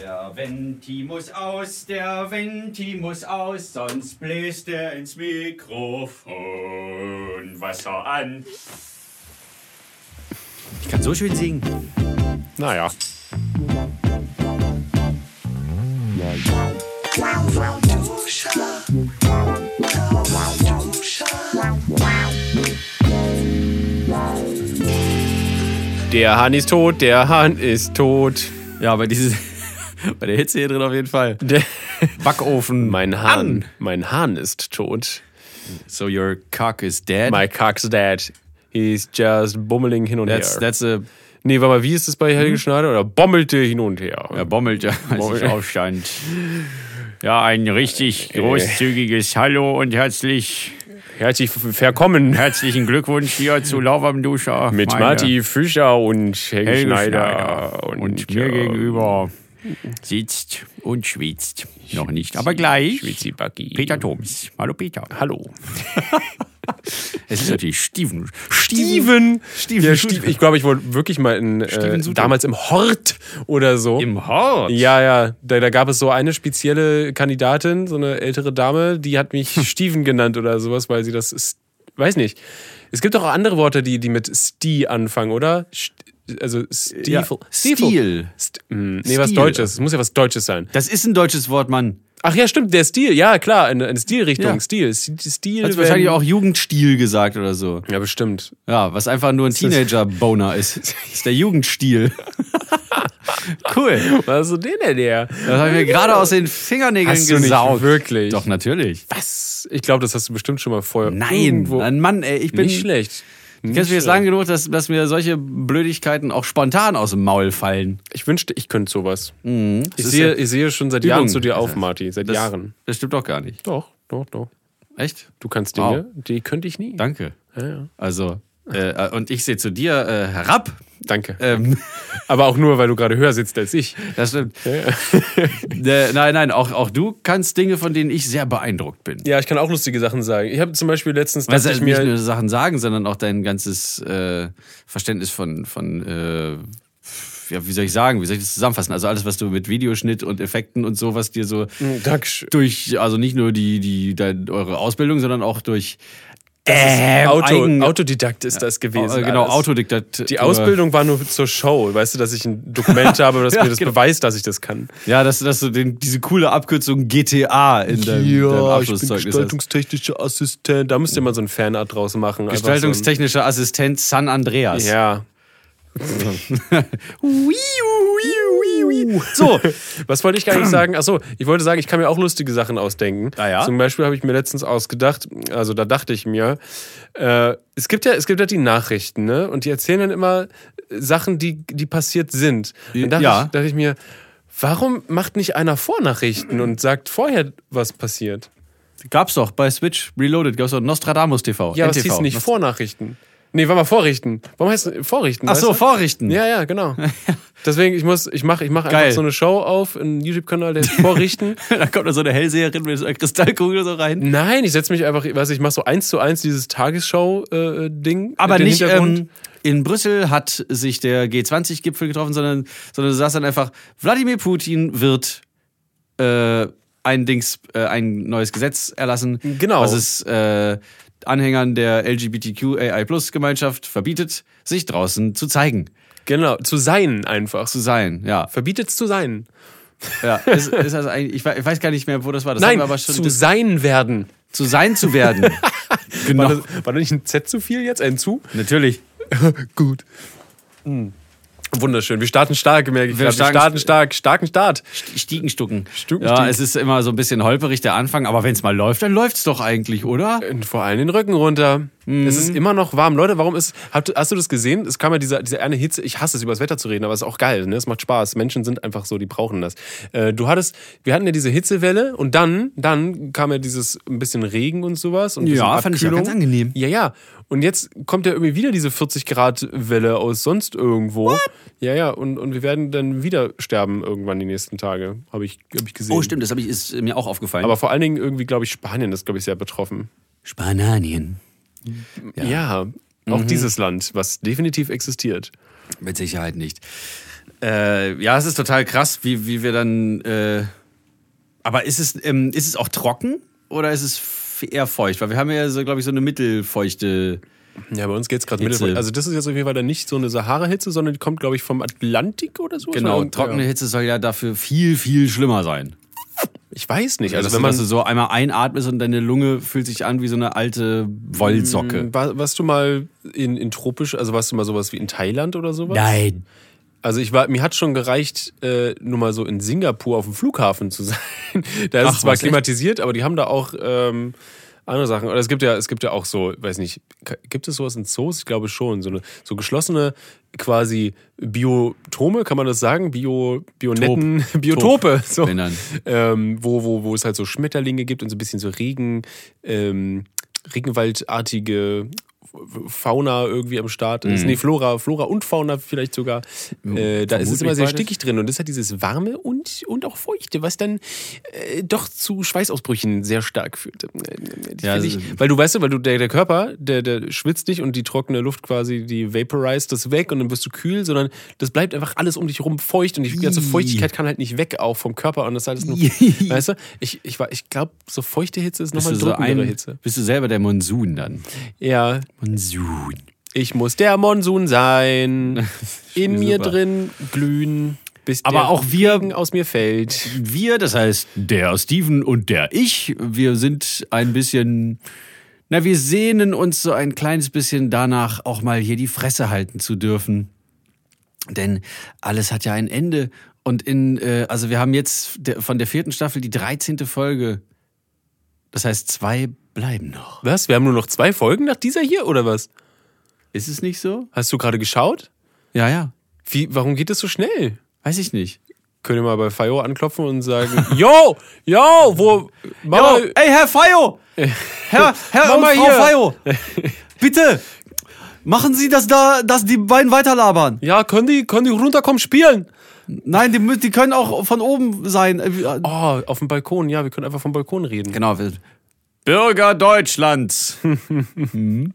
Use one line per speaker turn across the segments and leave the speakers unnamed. Der Venti muss aus, der Venti muss aus, sonst bläst er ins Mikrofon Wasser an.
Ich kann so schön singen.
Naja. Der Hahn ist tot, der Hahn ist tot.
Ja, bei dieses, bei der Hitze hier drin auf jeden Fall.
Der Backofen. Mein Hahn.
An.
Mein Hahn ist tot.
So your cock is dead.
My cock's dead. He's just bummeling hin und
that's Hm?
her.
that's a
nee, warte mal, wie ist das bei Helge Schneider? Oder bommelte hin und her.
er bommelt ja, als
Bommelt.
ich aufstand. Äh,
Ja, ein richtig großzügiges Hallo und herzlich,
Herzlich verkommen.
herzlichen Glückwunsch hier zu Lauf am Duscher.
Mit
meine
Marty Fischer und Helge,
Helge
Schneider.
Schneider.
genau.
Und, mir
äh,
gegenüber sitzt und schwitzt. Noch nicht, aber gleich.
Schwitzi Backi.
Peter Thoms. Hallo Peter.
Hallo.
Es ist natürlich Steven.
Steven.
Steven
Der
Schulte.
Steven. Ich glaube, ich wollte wirklich mal in, äh,
Steven Sute.
damals im Hort oder so.
Im Hort.
ja, ja, da, da gab es so eine spezielle Kandidatin, so eine ältere Dame, die hat mich Steven genannt oder sowas, weil sie das ist, weiß nicht. Es gibt doch auch andere Worte, die, die mit Sti anfangen, oder? St also Stiefel.
Ja,
Stiefel.
Stil.
St mm, nee, was
Stil.
Deutsches. Es muss ja was Deutsches sein.
Das ist ein deutsches Wort, Mann.
Ach ja, stimmt, der Stil. Ja, klar, eine, eine Stilrichtung.
Ja.
Stil. Stil.
Hat
wenn-
wahrscheinlich auch Jugendstil gesagt oder so.
Ja, bestimmt.
Ja, was einfach nur ein Teenager-Boner ist. ist der Jugendstil. cool.
Was ist so denn denn der?
Das habe ich mir gerade aus den Fingernägeln
Hast du nicht
gesaugt.
wirklich?
Doch, natürlich.
Was? Ich glaube, das hast du bestimmt schon mal vorher.
Nein,
irgendwo-
ein Mann, ey, ich bin.
nicht schlecht.
Kennst
Nicht
du jetzt
schlecht.
lang genug, dass, dass mir solche Blödigkeiten auch spontan aus dem Maul fallen?
Ich wünschte, ich könnte sowas. Ich,
Mhm. ist
sehe,
ja
ich sehe schon seit
Übung.
Jahren zu dir
Das
auf,
heißt,
Marty. Seit
Das,
Jahren.
Das stimmt doch gar nicht.
Doch, doch, doch.
Echt?
Du kannst
Wow.
Dinge, die könnte ich nie.
Danke.
Ja, ja.
Also, äh, und ich sehe zu dir äh, herab.
Danke.
Ähm,
Aber auch nur, weil du gerade höher sitzt als ich.
das stimmt. Äh, nein, nein, auch, auch du kannst Dinge, von denen ich sehr beeindruckt bin.
Ja, ich kann auch lustige Sachen sagen. Ich habe zum Beispiel letztens,
Was
dachte ich
also nicht
mir,
nur Sachen sagen, sondern auch dein ganzes äh, Verständnis von, von äh, ja, wie soll ich sagen, wie soll ich das zusammenfassen? Also alles, was du mit Videoschnitt und Effekten und so, was dir so
Hm, Dankeschön.
durch, also nicht nur die, die, dein, eure Ausbildung, sondern auch durch ähm,
Auto,
eigen-
Autodidakt ist das gewesen.
äh, genau,
alles.
Autodiktat.
Die Ausbildung war nur zur Show, weißt du, dass ich ein Dokument habe, das
Ja,
mir das
genau.
beweist, dass ich das kann.
Ja, dass, dass du den, diese coole Abkürzung GTA in deinem, deinem Abschlusszeugnis hast.
gestaltungstechnischer Assistent. Da müsst ihr mal so ein Fanart draus machen. einfach so ein-
Gestaltungstechnischer Assistent San Andreas.
Ja.
Ui, ui, ui, ui. So,
Was wollte ich gar nicht sagen? Achso, ich wollte sagen, ich kann mir auch lustige Sachen ausdenken.
Ah ja?
Zum Beispiel habe ich mir letztens ausgedacht, also da dachte ich mir, äh, es gibt ja, es gibt ja die Nachrichten, ne? Und die erzählen dann immer Sachen, die, die passiert sind. Dann dachte,
Ja.
ich, dachte ich mir, warum macht nicht einer Vornachrichten und sagt vorher, was passiert?
gab's doch bei Switch Reloaded, gab's doch Nostradamus TV.
Ja, was
NTV.
hieß nicht Vornachrichten? Nee, war mal Vorrichten. Warum heißt es Vorrichten?
Ach
weißt
so,
du?
Vorrichten.
Ja, ja, genau. Deswegen, ich muss, ich mache ich mach
Geil.
einfach so eine Show auf, einen YouTube-Kanal, der ist Vorrichten.
da kommt da so eine Hellseherin mit so einer Kristallkugel so rein.
Nein, ich setze mich einfach, weiß ich, mach so eins zu eins dieses äh, Tagesschau-Ding.
Aber nicht ähm, in Brüssel hat sich der G20-Gipfel getroffen, sondern, sondern du sagst dann einfach, Wladimir Putin wird äh, ein Dings, äh, ein neues Gesetz erlassen,
Genau.
was es äh, Anhängern der LGBTQAI-Plus-Gemeinschaft verbietet, sich draußen zu zeigen,
genau, zu sein einfach.
zu sein. Ja,
Verbietet zu sein.
ja. Ist, ist also eigentlich, ich, wei- ich weiß gar nicht mehr, wo das war. Das haben
Nein,
wir aber schon
zu sein werden.
zu sein zu werden.
War,
genau.
das, war da nicht ein Z zu viel jetzt? Ein zu?
Natürlich.
Gut. Wunderschön. Wir starten stark, merke ich.
Hm. Wir
gerade.
starten-
wir starten stark. Starken Start.
Stiegenstucken.
Stuckenstieg.
Ja, es ist immer so ein bisschen holperig der Anfang, aber wenn es mal läuft, dann läuft's doch eigentlich, oder?
Und vor allem den Rücken runter. Es
Mhm.
ist immer noch warm. Leute, warum ist. Hast, hast du das gesehen? Es kam ja diese, diese eine Hitze. Ich hasse es, über das Wetter zu reden, aber es ist auch geil. Ne? Es macht Spaß. Menschen sind einfach so, die brauchen das. Äh, du hattest. Wir hatten ja diese Hitzewelle und dann, dann kam ja dieses ein bisschen Regen und sowas. Und ein
Ja,
bisschen
fand ich ja
Abkühlung.
ganz angenehm.
Ja, ja. Und jetzt kommt ja irgendwie wieder diese 40-Grad-Welle aus sonst irgendwo. Ja, ja. Und, und wir werden dann wieder sterben irgendwann die nächsten Tage. Habe ich, hab ich gesehen.
Oh, stimmt, das hab ich, ist mir auch aufgefallen.
Aber vor allen Dingen irgendwie, glaube ich, Spanien ist, glaube ich, sehr betroffen.
Spanien.
Mhm. Ja, auch dieses Land, was definitiv existiert.
Mit Sicherheit nicht. Äh, ja, es ist total krass, wie, wie wir dann. Äh, aber ist es, ähm, ist es auch trocken oder ist es f- eher feucht? Weil wir haben ja so, glaube ich, so eine mittelfeuchte.
Ja, bei uns geht es gerade
Hitze.
mittelfeucht. Also das ist jetzt auf jeden Fall dann nicht so eine Sahara-Hitze, sondern die kommt, glaube ich, vom Atlantik oder so.
Genau,
Oder-
trockene
Ja.
Hitze soll ja dafür viel, viel schlimmer sein.
Ich weiß nicht.
Also,
Also
dass,
wenn
du,
man
dass du so einmal einatmest und deine Lunge fühlt sich an wie so eine alte Wollsocke.
War, warst du mal in, in tropisch, also warst du mal sowas wie in Thailand oder sowas?
Nein.
Also ich war, mir hat schon gereicht, äh, nur mal so in Singapur auf dem Flughafen zu sein. Da ist
Ach,
es
was,
zwar
echt?
klimatisiert, aber die haben da auch ähm, andere Sachen. Oder es gibt ja, es gibt ja auch so, weiß nicht, k- gibt es sowas in Zoos? Ich glaube schon. So, eine, so geschlossene quasi Biotome, kann man das sagen? Bio, Bionetten, Biotope. So,
wenn dann.
ähm, wo, wo, wo es halt so Schmetterlinge gibt und so ein bisschen so Regen, ähm, Regenwaldartige Fauna irgendwie am Start ist.
Mhm.
Nee, Flora, Flora und Fauna vielleicht sogar. Äh, da ist es
vermutlich
immer sehr
beides.
stickig drin und das hat dieses Warme und, und auch Feuchte, was dann äh, doch zu Schweißausbrüchen sehr stark führt. Äh, die
Ja,
finde
also-
ich, weil du weißt, du, weil du, der, der Körper, der, der schwitzt nicht und die trockene Luft quasi, die vaporized das weg und dann wirst du kühl, sondern das bleibt einfach alles um dich rum feucht und die ganze
Ii.
Feuchtigkeit kann halt nicht weg auch vom Körper und das ist alles nur,
Ii.
weißt du, ich, ich, war- ich glaube, so feuchte Hitze ist
Bist du,
nochmal
so
drückendere
ein,
Hitze.
bist du selber der Monsun dann?
Ja,
Monsun.
ich muss der Monsun sein, in mir
Super.
drin glühen, bis
Aber
der
auch wir-
Regen aus mir fällt.
Wir, das heißt der Steven und der ich, wir sind ein bisschen, na, wir sehnen uns so ein kleines bisschen danach, auch mal hier die Fresse halten zu dürfen. Denn alles hat ja ein Ende. Und in, äh, also wir haben jetzt der- von der vierten Staffel die 13. Folge. Das heißt, zwei bleiben noch.
Was? Wir haben nur noch zwei Folgen nach dieser hier oder was?
Ist es nicht so?
Hast du gerade geschaut?
Ja, ja.
Wie, warum geht das so schnell?
Weiß ich nicht.
Können wir mal bei Fayo anklopfen und sagen, yo, yo, wo, Mama,
Genau. ey, Herr Feio! Herr, Herr
Genau. Mama
und Frau Feio! Bitte! Machen Sie das da, dass die beiden weiterlabern.
ja, können die, können die runterkommen spielen?
Nein, die, mü- die können auch von oben sein. Äh,
Oh, auf dem Balkon, ja, wir können einfach vom Balkon reden.
Genau. wir- Bürger Deutschlands. Hm.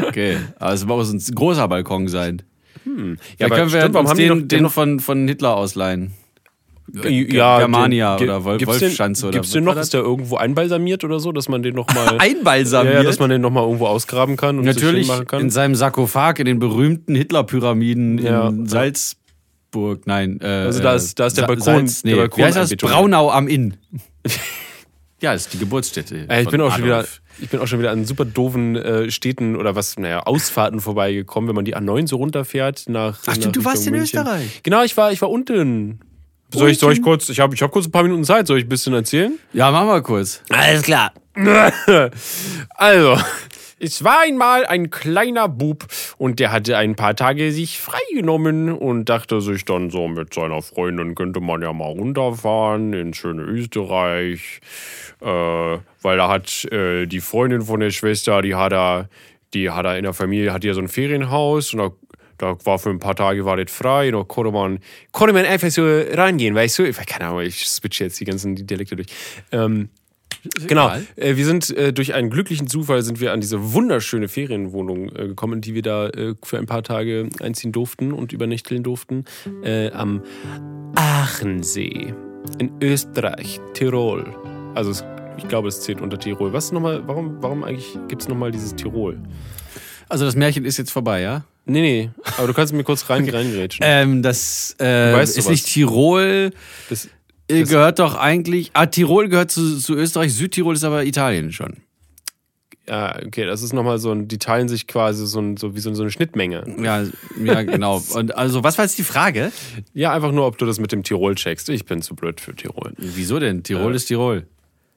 okay, also muss ein großer Balkon sein. Ja,
Hm. aber
können wir
stimmt, warum
uns
haben die
den,
noch-
den
noch-
von, von Hitler ausleihen.
Ge-
Germania
ge-
oder Wolf-
gibt's den-
Wolfschanze oder
Gibt's den noch?
was war
Ist der irgendwo einbalsamiert oder so, dass man den nochmal.
Einbalsamiert.
ja, dass man den nochmal irgendwo ausgraben kann und
Natürlich
so schön machen
in
kann?
seinem Sarkophag in den berühmten Hitler-Pyramiden
Ja.
in Salzburg. Nein, äh,
Also da ist- da ist der
Sa-
Balkon-
Salz, nee,
der Balkon
wie heißt das?
einbetoniert.
Braunau am Inn. ja, das ist die Geburtsstätte.
Ey, Äh, ich,
von
bin auch schon wieder,
Adolf.
ich bin auch schon wieder an super doofen äh, Städten oder was, naja, Ausfahrten vorbeigekommen, wenn man die A9 so runterfährt nach. Ach, nach
stimmt, du
Richtung
warst in
München.
Österreich.
Genau, ich war, ich war unten. Soll ich, soll ich kurz, ich habe ich hab kurz ein paar Minuten Zeit, soll ich ein bisschen erzählen?
Ja, machen wir kurz.
Alles klar. Also, es war einmal ein kleiner Bub und der hatte ein paar Tage sich freigenommen und dachte sich dann so, mit seiner Freundin könnte man ja mal runterfahren ins schöne Österreich. Äh, weil da hat äh, die Freundin von der Schwester, die hat er, die hat er in der Familie, hat ja so ein Ferienhaus und da da war für ein paar Tage war das frei, da konnte man, konnte man einfach so reingehen, weißt du? Ich, keine Ahnung, ich switche jetzt die ganzen Dialekte durch. Ähm, Genau.
egal.
Äh, wir sind äh, durch einen glücklichen Zufall sind wir an diese wunderschöne Ferienwohnung äh, gekommen, die wir da äh, für ein paar Tage einziehen durften und übernächteln durften äh, am Aachensee in Österreich, Tirol. Also es, ich glaube, es zählt unter Tirol. Was nochmal? Warum? Warum eigentlich gibt es nochmal dieses Tirol?
Also das Märchen ist jetzt vorbei, ja?
Nee, nee. Aber du kannst mir kurz rein reingrätschen.
Ähm, das äh,
weißt
ist
sowas.
nicht Tirol,
Das,
äh, gehört doch eigentlich... Ah, Tirol gehört zu, zu Österreich, Südtirol ist aber Italien schon.
ja, okay, das ist nochmal so ein, die teilen sich quasi so, ein, so wie so, so eine Schnittmenge.
Ja, ja genau. Und also, was war jetzt die Frage?
Ja, einfach nur, ob du das mit dem Tirol checkst. Ich bin zu blöd für Tirol.
Wieso denn? Tirol
Äh.
ist Tirol.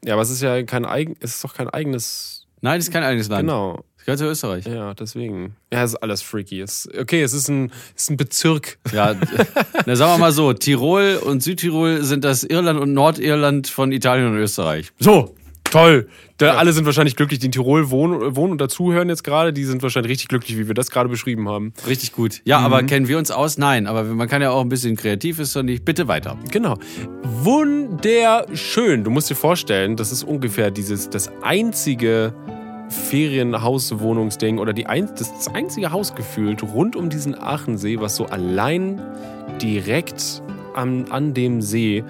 Ja, aber es ist ja kein eigen, es ist doch kein eigenes.
Nein, ist kein eigenes Land.
Genau.
Es gehört zu Österreich.
Ja, deswegen. Ja, es ist alles freaky. Es, okay, es ist ein, es ist ein Bezirk.
Ja, na, sagen wir mal so, Tirol und Südtirol sind das Irland und Nordirland von Italien und Österreich.
So, toll. Da, Alle sind wahrscheinlich glücklich, die in Tirol wohnen, wohnen und dazuhören jetzt gerade. Die sind wahrscheinlich richtig glücklich, wie wir das gerade beschrieben haben.
Richtig gut. Ja, aber kennen wir uns aus? Nein, aber man kann ja auch ein bisschen kreativ ist und ich bitte weiter.
Genau. Wunderschön. Du musst dir vorstellen, das ist ungefähr dieses, das einzige Ferienhauswohnungsding oder die ein, das, das einzige Haus gefühlt rund um diesen Aachensee, was so allein direkt an, an dem See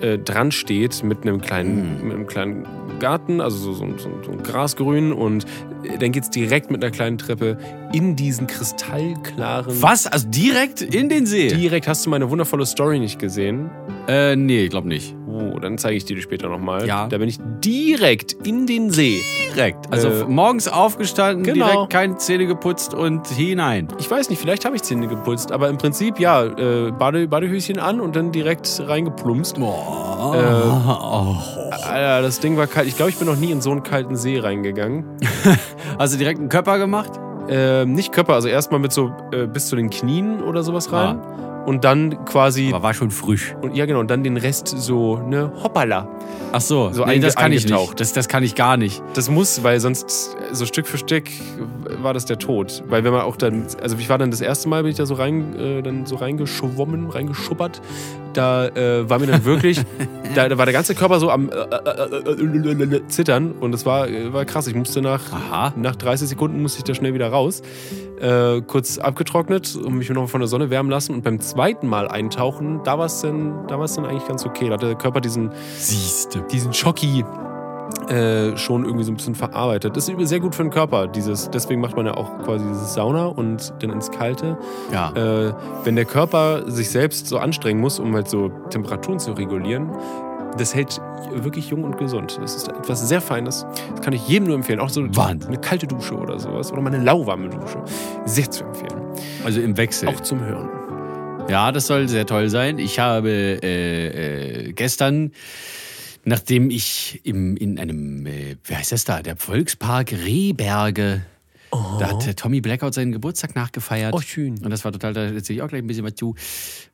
äh, dran steht mit einem kleinen, mit einem kleinen Garten, also so, so, so, so ein Grasgrün und äh, dann geht's direkt mit einer kleinen Treppe in diesen kristallklaren...
Was? Also direkt in den See?
Direkt hast du meine wundervolle Story nicht gesehen.
äh, nee, ich glaube nicht.
Oh, dann zeige ich dir die später nochmal.
Ja.
Da bin ich direkt in den See.
Direkt. Also
Äh,
f- morgens aufgestanden,
genau.
direkt keine Zähne geputzt und hinein.
Ich weiß nicht, vielleicht habe ich Zähne geputzt, aber im Prinzip ja, äh, Bade, Badehöschen an und dann direkt reingeplumpst.
Oh. Äh,
Alter, das Ding war kalt. Ich glaube, ich bin noch nie in so einen kalten See reingegangen.
Hast du also direkt einen Körper gemacht?
Ähm, nicht Körper, also erstmal mit so äh, bis zu den Knien oder sowas rein. Und dann quasi,
Ah. Aber war schon frisch.
und, ja genau, und dann den Rest so, ne, hoppala.
Ach so,
So
nee,
einge-
das kann ich nicht.
eingetaucht.
Das, das kann ich gar nicht.
Das muss, weil sonst so Stück für Stück war das der Tod. Weil wenn man auch dann, also ich war dann das erste Mal, bin ich da so rein, äh, dann so reingeschwommen, reingeschuppert. Da äh, war mir dann wirklich, da, da war der ganze Körper so am äh, äh, äh, äh, zittern und das war, äh, war krass. Ich musste nach,
Aha.
nach 30 Sekunden musste ich da schnell wieder raus, äh, kurz abgetrocknet und mich noch von der Sonne wärmen lassen und beim zweiten Mal eintauchen, da war es dann, da war es dann eigentlich ganz okay. Da hatte der Körper diesen
Siehste.
diesen Schocki äh, schon irgendwie so ein bisschen verarbeitet. Das ist übrigens sehr gut für den Körper, dieses, deswegen macht man ja auch quasi dieses Sauna und dann ins Kalte.
Ja.
Äh, wenn der Körper sich selbst so anstrengen muss, um halt so Temperaturen zu regulieren, das hält wirklich jung und gesund. Das ist etwas sehr Feines. Das kann ich jedem nur empfehlen. Auch so
Wahnsinn.
eine kalte Dusche oder sowas. Oder mal eine lauwarme Dusche. Sehr zu empfehlen.
Also im Wechsel.
Auch zum Hören.
Ja, das soll sehr toll sein. Ich habe äh, äh, gestern, nachdem ich im, in einem, äh, wie heißt das da, der Volkspark Rehberge, da hat äh, Tommy Blackout seinen Geburtstag nachgefeiert.
Oh, schön.
Und das war total, da erzähle ich auch gleich ein bisschen was zu.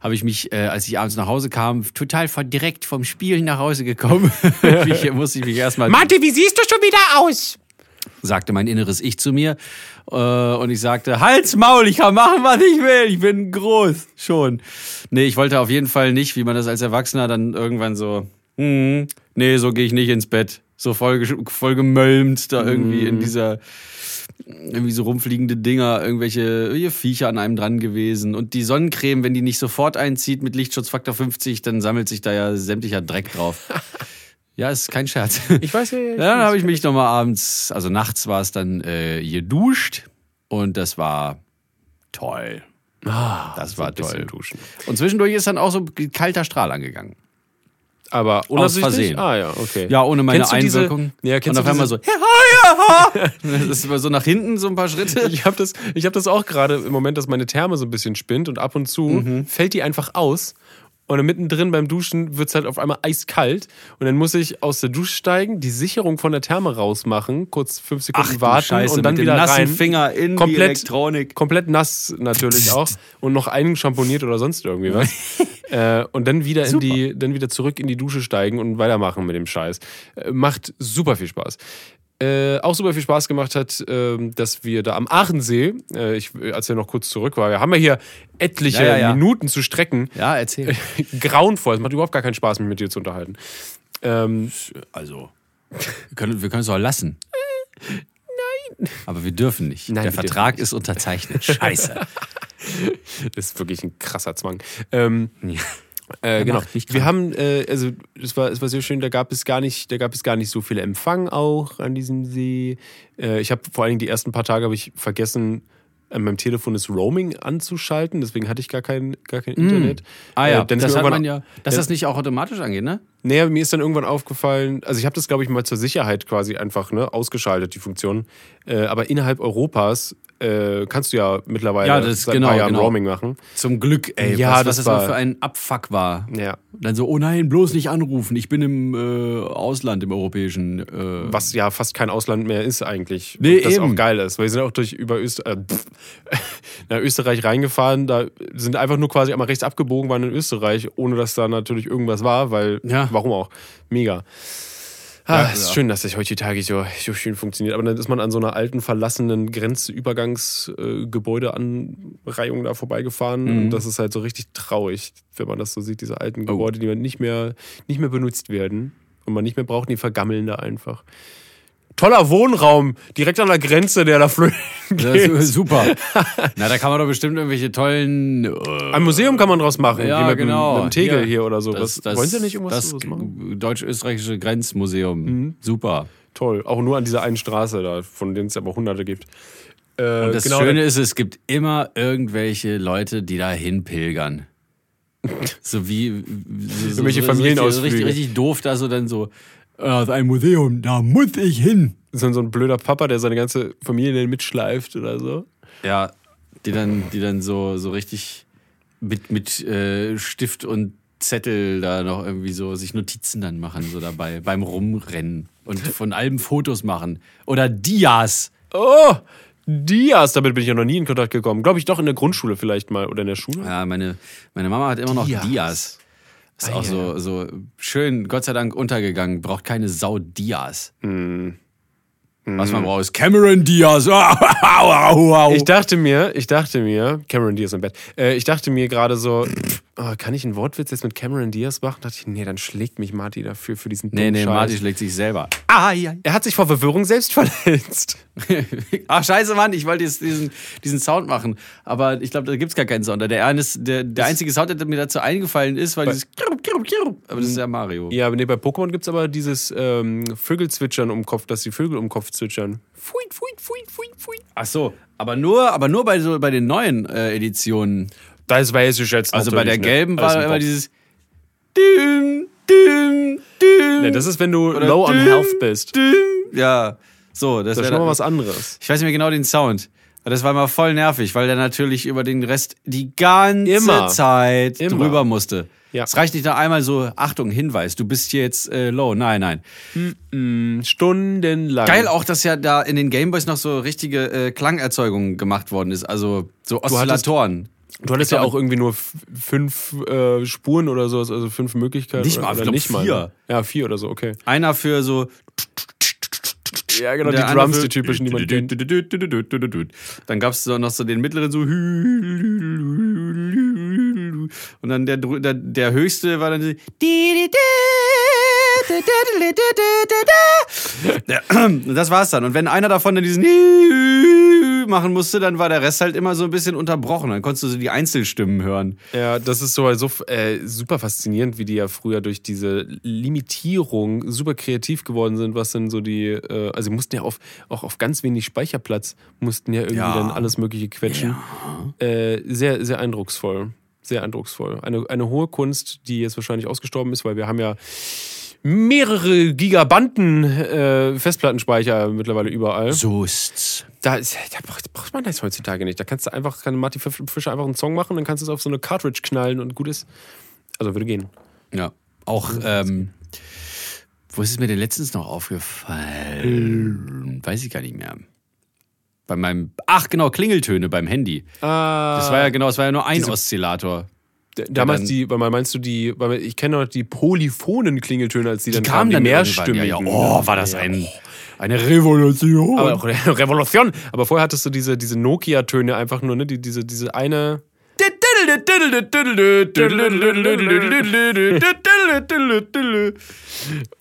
Habe ich mich, äh, als ich abends nach Hause kam, total von direkt vom Spielen nach Hause gekommen. ich, musste ich mich erstmal
Mante, wie siehst du schon wieder aus?
sagte mein inneres Ich zu mir. Äh, und ich sagte, Halt's Maul, ich kann machen, was ich will. Ich bin groß. Schon. Nee, ich wollte auf jeden Fall nicht, wie man das als Erwachsener dann irgendwann so, hm, nee, so gehe ich nicht ins Bett. So voll, gesch- voll gemölmt da irgendwie in dieser, irgendwie so rumfliegende Dinger, irgendwelche, irgendwelche Viecher an einem dran gewesen. Und die Sonnencreme, wenn die nicht sofort einzieht mit Lichtschutzfaktor 50, dann sammelt sich da ja sämtlicher Dreck drauf. ja, ist kein Scherz.
Ich weiß ja, ja, Äh, ich
Ja, dann
weiß.
habe ich mich nochmal abends, also nachts war es dann äh, geduscht und das war toll. das war
Ah, ein bisschen
toll.
duschen.
Und zwischendurch ist dann auch so kalter Strahl angegangen.
Aber
Aus
unabsichtlich?
Versehen.
Ah ja, okay.
Ja, ohne meine
Kennst du diese-
Einwirkung.
ja,
und
kennst
auf
du
einmal
diese,
so, ja, ja, das ist immer so nach hinten so ein paar Schritte.
Ich habe das, ich hab das auch gerade im Moment, dass meine Therme so ein bisschen spinnt und ab und zu
Mhm.
fällt die einfach aus. Und dann mittendrin beim Duschen wird es halt auf einmal eiskalt. Und dann muss ich aus der Dusche steigen, die Sicherung von der Therme rausmachen, kurz fünf Sekunden
Ach du
warten
Scheiße,
und dann
mit dem
wieder
nassen
rein.
Finger in die
komplett,
Elektronik.
Komplett nass natürlich auch. Und noch einen schamponiert oder sonst irgendwie was. äh, und dann wieder, in die, dann wieder zurück in die Dusche steigen und weitermachen mit dem Scheiß. Äh, macht super viel Spaß äh, auch super viel Spaß gemacht hat, ähm, dass wir da am Aachensee, äh, ich erzähle noch kurz zurück, weil wir haben ja hier etliche
Ja, ja, ja.
Minuten zu strecken.
Ja, erzähl.
Grauenvoll, es macht überhaupt gar keinen Spaß, mich mit dir zu unterhalten. Ähm,
Also, wir können, wir können es auch lassen. Nein. Aber wir dürfen nicht.
Äh, Nein,
Der
wir dürfen
Vertrag ist unterzeichnet. Scheiße.
ist wirklich ein krasser Zwang. Ähm,
Er
Äh, genau.
macht mich krank.
Wir haben, äh, also es war, es war sehr schön, da gab es gar nicht, da gab es gar nicht so viel Empfang auch an diesem See. Äh, ich habe vor allen Dingen die ersten paar Tage habe ich vergessen, an meinem Telefon das Roaming anzuschalten, deswegen hatte ich gar kein, gar kein Internet.
Ah ja,
Äh, dann ist
das
mir
hat
irgendwann-
man ja, dass das nicht auch automatisch angeht, ne?
Naja, mir ist dann irgendwann aufgefallen, also ich habe das, glaube ich, mal zur Sicherheit quasi einfach ne, ausgeschaltet, die Funktion. Äh, aber innerhalb Europas äh, kannst du ja mittlerweile
Ja, das-
seit
genau,
ein paar Jahren
genau.
Roaming machen.
Zum Glück, ey.
Ja,
was, was
das
das
war-
mal für ein Abfuck war.
Ja.
Und dann so, oh nein, bloß nicht anrufen. Ich bin im äh, Ausland, im europäischen. Äh.
was ja fast kein Ausland mehr ist eigentlich.
Nee,
Und das
eben.
auch geil ist. Weil wir sind auch durch über Öst äh, pff, nach Österreich reingefahren, da sind einfach nur quasi einmal rechts abgebogen, waren in Österreich, ohne dass da natürlich irgendwas war, weil
Ja.
warum auch? Mega. Ah,
Ja,
ist
ja.
schön, dass das heutzutage so, so schön funktioniert. Aber dann ist man an so einer alten, verlassenen Grenzübergangsgebäudeanreihung äh, Gebäudeanreihung da vorbeigefahren.
Mhm.
Und das ist halt so richtig traurig, wenn man das so sieht, diese alten
Oh.
Gebäude, die man nicht mehr, nicht mehr benutzt werden und man nicht mehr braucht, die vergammeln da einfach. toller Wohnraum direkt an der Grenze, der da flöten
Das
geht.
ist super. Na, da kann man doch bestimmt irgendwelche tollen. äh,
Also, Ein Museum kann man draus machen.
Ja,
Hier mit, dem-
genau.
mit dem Tegel
Hier.
hier, oder so. Was, Wollen Sie nicht irgendwas
das
sowas machen? Mhm.
deutsch-österreichische Grenzmuseum. Super.
Toll. Auch nur an dieser einen Straße da, von denen es aber hunderte gibt. Äh,
genau Das Schöne ist, es gibt immer irgendwelche Leute, die da hinpilgern. So wie so, so,
Irgendwelche
so, so richtig,
Familienausflüge.
richtig, richtig doof, da so dann so, äh, das ist ein Museum, da muss ich hin.
so, so ein blöder Papa, der seine ganze Familie mitschleift oder so.
Ja, die dann, die dann so, so richtig mit, mit äh, Stift und Zettel da noch irgendwie so sich Notizen dann machen, so dabei, beim Rumrennen und von allem Fotos machen. Oder Dias.
Oh, Dias, damit bin ich ja noch nie in Kontakt gekommen. Glaube ich doch in der Grundschule vielleicht mal oder in der Schule.
Ja, meine, meine Mama hat immer noch
Dias.
Dias. Ist auch
ja,
so, so schön, Gott sei Dank, untergegangen. Braucht keine Sau Dias. Was man braucht, ist Cameron Dias.
Ich dachte mir, ich dachte mir, Cameron Diaz im Bett. Äh, ich dachte mir gerade so, pff, oh, kann ich einen Wortwitz jetzt mit Cameron Diaz machen? Dachte ich, nee, dann schlägt mich Marty dafür für diesen
nee,
dummen
nee,
Scheiß.
Marty schlägt sich selber.
Ah, ja. Er hat sich vor Verwirrung selbst verletzt.
Ach, scheiße, Mann, ich wollte jetzt diesen, diesen Sound machen, aber ich glaube, da gibt's gar keinen Sound. Der, eines, der, der einzige Sound, der mir dazu eingefallen ist, war dieses Kirrup, Kirrup, Kirrup. Aber das ist ja Mario.
Ja, aber nee, bei Pokémon gibt's aber dieses ähm, Vögelzwitschern um Kopf, dass die Vögel um Kopf zwitschern. Fuit, fuit, fuit, fuit, fuit.
Ach so, aber nur, aber nur bei, so, bei den neuen äh, Editionen.
Das weiß ich jetzt
Also bei der
natürlich
gelben
nicht. Alles
war
im
immer
Kopf.
dieses Düm, Düm, Düm.
Nee, das ist, wenn du
oder
low on
düm,
health bist.
Düm. Ja, so, das,
Das ist
wäre
schon mal was anderes.
Ich weiß nicht mehr genau den Sound. Aber das war mal voll nervig, weil der natürlich über den Rest die ganze
Immer.
Zeit
Immer.
drüber musste.
Ja.
Es reicht nicht noch einmal so, Achtung, Hinweis, du bist hier jetzt äh, low. Nein, nein.
Stundenlang.
Geil auch, dass ja da in den Gameboys noch so richtige äh, Klangerzeugungen gemacht worden ist. Also so Oszillatoren.
Du hattest ja auch irgendwie nur f- fünf äh, Spuren oder sowas, also fünf Möglichkeiten.
Nicht
oder-
mal, ich
oder
glaub,
nicht mal.
vier.
ne? Ja, vier oder so, okay.
Einer für so.
Ja, genau,
der
die
andere
Drums,
für-
die typischen, die man kennt.
Dann gab es noch so den mittleren so. Und dann der, drü- der, der höchste war dann so. Ja, und Das war's dann. Und wenn einer davon dann diesen machen musste, dann war der Rest halt immer so ein bisschen unterbrochen. Dann konntest du so die Einzelstimmen hören.
Ja, das ist so, so äh, super faszinierend, wie die ja früher durch diese Limitierung super kreativ geworden sind, was denn so die, äh, also sie mussten ja auf, auch auf ganz wenig Speicherplatz, mussten ja irgendwie
Ja.
dann alles mögliche quetschen. Äh, sehr, sehr eindrucksvoll. Sehr eindrucksvoll. Eine, eine hohe Kunst, die jetzt wahrscheinlich ausgestorben ist, weil wir haben ja mehrere Gigabanden äh, Festplattenspeicher mittlerweile überall.
So ist's.
Da, ist, da braucht, braucht man das heutzutage nicht. Da kannst du einfach, kann Marty Fisch- Fischer einfach einen Song machen, dann kannst du es auf so eine Cartridge knallen und gut ist. Also würde gehen.
Ja. Auch,
Hm,
ähm, wo ist es mir denn letztens noch
Äh.
aufgefallen? Weiß ich gar nicht mehr. Bei meinem, ach genau, Klingeltöne beim Handy.
Ah,
Das war ja genau, es war ja nur ein Oszillator.
damals
dann-
die, weil man meinst du die, weil man, ich kenne noch die polyphonen Klingeltöne, als die, dann
Kam
kamen, die
dann irgendwann, ja,
mehrstimmigen.
ja. Oh, war das
Ja.
ein, eine Revolution.
Aber auch Revolution. Aber vorher hattest du diese, diese Nokia-Töne einfach nur, ne? Die, diese, diese eine.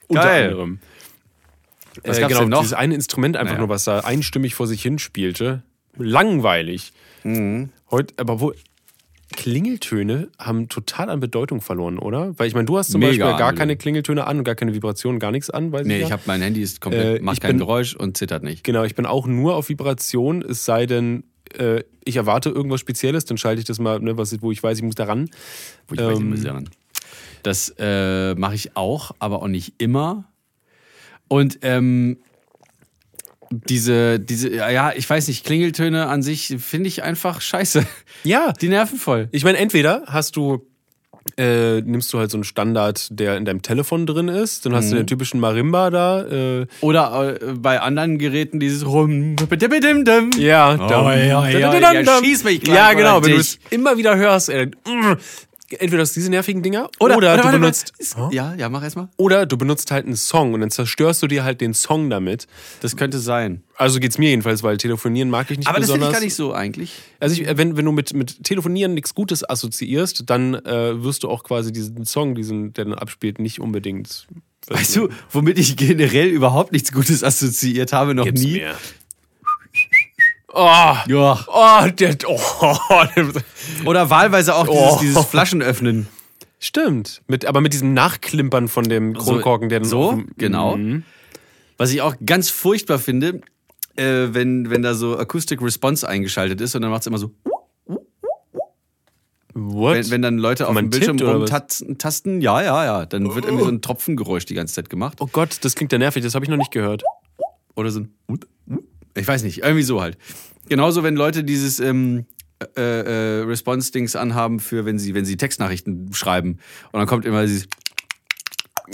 Unter
Geil.
anderem.
Was
äh,
gab's
genau,
denn noch?
dieses eine Instrument einfach
Naja.
nur, was da einstimmig vor sich hin spielte. Langweilig.
Mhm.
Heute, aber wo. Klingeltöne haben total an Bedeutung verloren, oder? Weil ich meine, du hast zum
Mega
Beispiel
an
gar
Bedeutung.
keine Klingeltöne an und gar keine Vibrationen, gar nichts an, weiß
Nee,
ich
ich
ja.
habe mein Handy ist komplett,
Äh, ich
macht kein
bin-
Geräusch und zittert nicht.
Genau, ich bin auch nur auf Vibration, es sei denn, äh, ich erwarte irgendwas Spezielles, dann schalte ich das mal, ne, was, wo ich weiß, ich muss da ran.
Wo ich
Ähm,
weiß, ich muss daran. Das äh, mache ich auch, aber auch nicht immer. Und ähm, diese, diese, ja, ja, ich weiß nicht, Klingeltöne an sich finde ich einfach scheiße.
Ja,
Die nerven voll.
Ich meine, entweder hast du, äh, nimmst du halt so einen Standard, der in deinem Telefon drin ist, dann hast
Mhm.
du den typischen Marimba da. Äh,
Oder äh, bei anderen Geräten dieses rum. Ja.
ja,
ja, ja, ja, ja, schieß mich gleich
Ja,
mal
genau,
an
wenn du
dich.
es immer wieder hörst, ey, dann, mm, entweder hast du diese nervigen Dinger oder, du
warte,
benutzt.
warte. Ja, ja, mach erstmal.
Oder du benutzt halt einen Song und dann zerstörst du dir halt den Song damit.
Das könnte sein.
Also geht's mir jedenfalls, weil telefonieren mag ich nicht
Aber das finde ich
besonders.
gar nicht so eigentlich.
Also ich, wenn, wenn du mit, mit Telefonieren nichts Gutes assoziierst, dann äh, wirst du auch quasi diesen Song, diesen, der dann abspielt, nicht unbedingt
Weißt du, womit ich generell überhaupt nichts Gutes assoziiert habe, noch
Gib's
nie?
mir. Oh,
Ja.
oh, der, oh, der,
Oder wahlweise auch
Oh.
dieses, dieses Flaschenöffnen.
Stimmt. Mit, aber mit diesem Nachklimpern von dem Kronkorken, der dann
So,
auf dem- Mhm.
genau. Was ich auch ganz furchtbar finde, äh, wenn, wenn da so Acoustic Response eingeschaltet ist und dann macht es immer so,
What?
wenn, wenn dann Leute auf
man
dem Bildschirm
tippt oder was?
rumtasten, tasten, ja, ja, ja, dann wird irgendwie so ein Tropfengeräusch die ganze Zeit gemacht.
oh Gott, das klingt ja nervig, das habe ich noch nicht gehört.
Oder so ein, ich weiß nicht, irgendwie so halt. Genauso, wenn Leute dieses ähm, äh, äh, Response-Dings anhaben für, wenn sie, wenn sie Textnachrichten schreiben und dann kommt immer dieses,